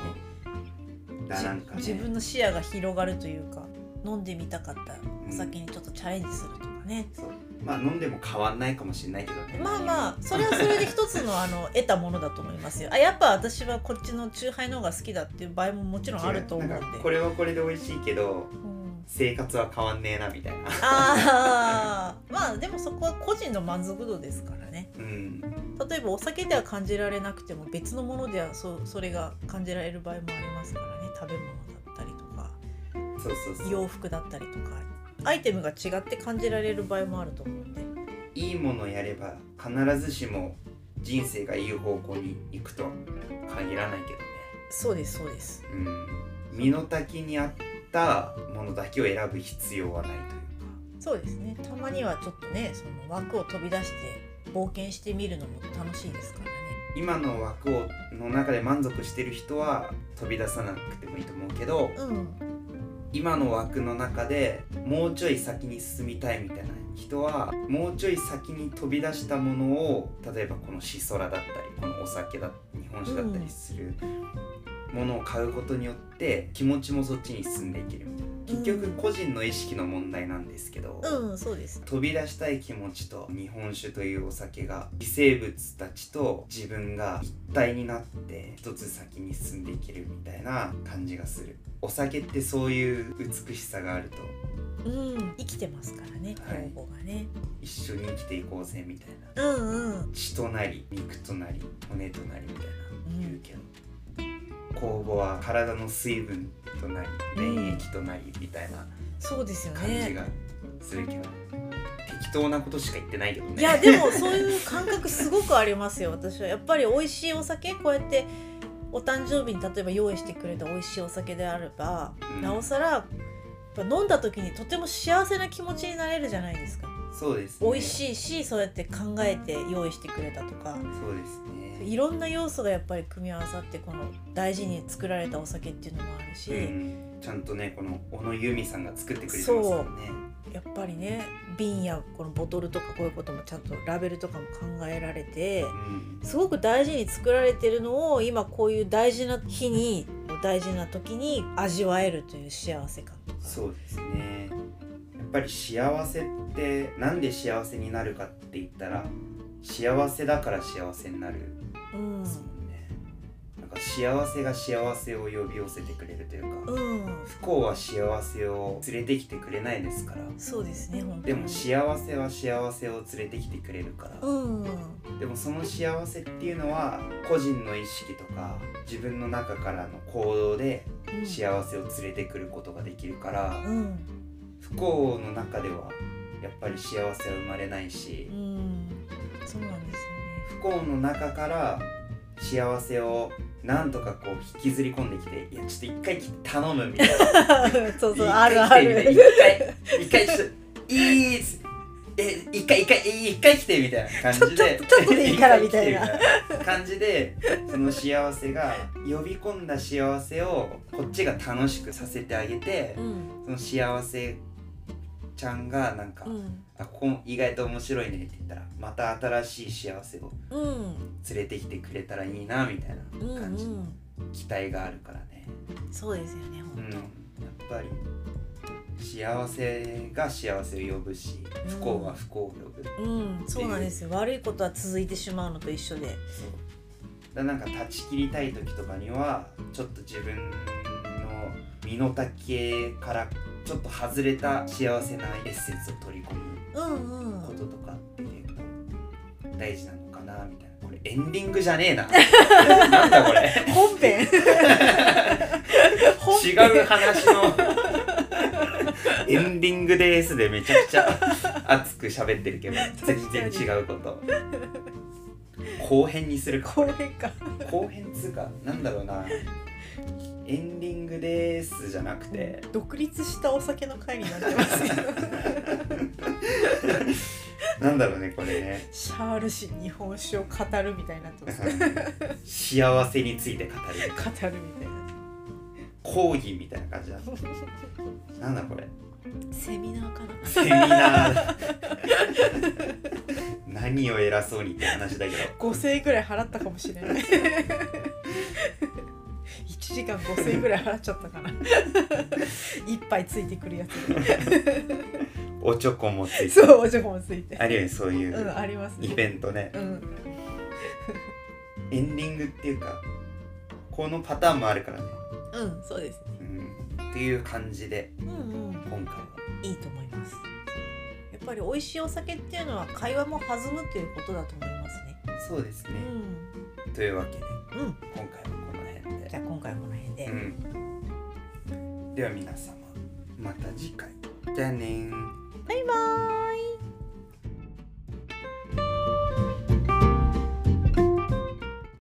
だなんかね
自分の視野が広がるというか飲んでみたかったお酒にちょっとチャレンジするとかね、
そうまあ飲んでも変わんないかもしれないけどね
まあまあそれはそれで一つのあの得たものだと思いますよあやっぱ私はこっちのチューハイの方が好きだっていう場合ももちろんあると思うんで
なんかこれはこれで美味しいけど
うん
生活は変わんねえなみたいな
あーまあでもそこは個人の満足度ですからね
うん
例えばお酒では感じられなくても別のものではそそれが感じられる場合もありますからね食べ物だったりとか
そうそうそう
洋服だったりとかアイテムが違って感じられる場合もあると思うんで
いいものをやれば必ずしも人生がいい方向に行くとは限らないけどね
そうですそうです
うん身の丈に合ったものだけを選ぶ必要はないというか
そうですねたまにはちょっとねその枠を飛び出して冒険してみるのも楽しいですからね
今の枠をの中で満足してる人は飛び出さなくてもいいと思うけど
うん
今の枠の中でもうちょい先に進みたいみたいな人はもうちょい先に飛び出したものを例えばこのシソラだったりこのお酒だ日本酒だったりするものを買うことによって気持ちもそっちに進んでいけるみたいな結局個人の意識の問題なんですけど、
うんそうです
飛び出したい気持ちと日本酒というお酒が微生物たちと自分が一体になって一つ先に進んでいけるみたいな感じがするお酒ってそういう美しさがあると
うん生きてますからね
はい
公募がね、
一緒に生きていこうぜみたいな
うんうん
血となり肉となり骨となりみたいな
うん
言うけど酵母は体の水分となり
うん
免疫となりみたいな
そうですよ
感じ
ね
がするけど、適当なことしか言ってないけどね
いやでもそういう感覚すごくありますよ私はやっぱり美味しいお酒こうやってお誕生日に例えば用意してくれた美味しいお酒であれば、
うん
なおさらやっぱ飲んだ時にとても幸せな気持ちになれるじゃないですか
そうです、
美味しいしそうやって考えて用意してくれたとか
そうですね
いろんな要素がやっぱり組み合わさってこの大事に作られたお酒っていうのもあるし、
うんちゃんとねこの小野由美さんが作ってくれてますからね
やっぱりね瓶やこのボトルとかこういうこともちゃんとラベルとかも考えられて
うん
すごく大事に作られてるのを今こういう大事な日に大事な時に味わえるという幸せ感とか
そうですねやっぱり幸せってなんで幸せになるかって言ったら幸せだから幸せになる
うん
ですもんね、なんか幸せが幸せを呼び寄せてくれるというか、
うん
不幸は幸せを連れてきてくれないですから
そうですね本当
で
に
も幸せは幸せを連れてきてくれるから、
うん
でもその幸せっていうのは個人の意識とか自分の中からの行動で
うん
幸せを連れてくることができるから、
うん
不幸の中ではやっぱり幸せは生まれないし
う、んそうなんです
不幸の中から幸せをなんとかこう引きずり込んできて「いやちょっと一回き頼む」みたいな
よねそうそう
一
あ
回
るあ
来て
る
みたいな一回一回ちょっといいっすえ一回一回一回来てみたいな感じ
ち
で
ょっとちょっとでいいからみたいな
一回来てみたいな感じでその幸せが呼び込んだ幸せをこっちが楽しくさせてあげて
うん
その幸せちゃんがなんか、
うん
あここも意外と面白いねって言ったらまた新しい幸せを
うん
連れてきてくれたらいいなみたいな感じの期待があるからね。
そうですよね
うん、
本
やっぱり幸せが幸せを呼ぶし
うん
不幸は不幸を呼ぶ、
当うんそうなんですよ悪いことは続いてしまうのと一緒で
そうだなんか断ち切りたい時とかにはちょっと自分の身の丈からちょっと外れた幸せなエッセンスを取り込む
うんうん
こととかって結構大事なのかなみたいなこれエンディングじゃねえななんだこれ
本編本
違う 話のエンディングですでめちゃくちゃ熱く喋ってるけど全然違うこと後編にするか
後編か
後編つうかなんだろうなエンディングですじゃなくて
独立したお酒の会になってますけど
なんだろうねこれね
シャール氏日本酒を語るみたいになってますね
幸せについて語る
語るみたいな
講義みたいな感じだなんだこれ
セミナーかな
セミナー何を偉そうにって話だけど
5000円ぐらい払ったかもしれない1時間5000円ぐらい払っちゃったかな一杯ついてくるやつ
おちょこもついて
そうおじょこもついて
あるよねそういう
うん
う
あります
イ
ね
ベントね
うん
エンディングっていうかこのパターンもあるからね、
うんそうですね
うん、っていう感じで
うんうん
今回はい
いと思いますやっぱり美味しいお酒っていうのは会話も弾むということだと思いますね
そうですね
う、ん、
というわけで
うん、
今回はこの辺
じ
で
ゃあ今回はこの辺で、
うんでは皆様また次回じゃあねー
バイバーイ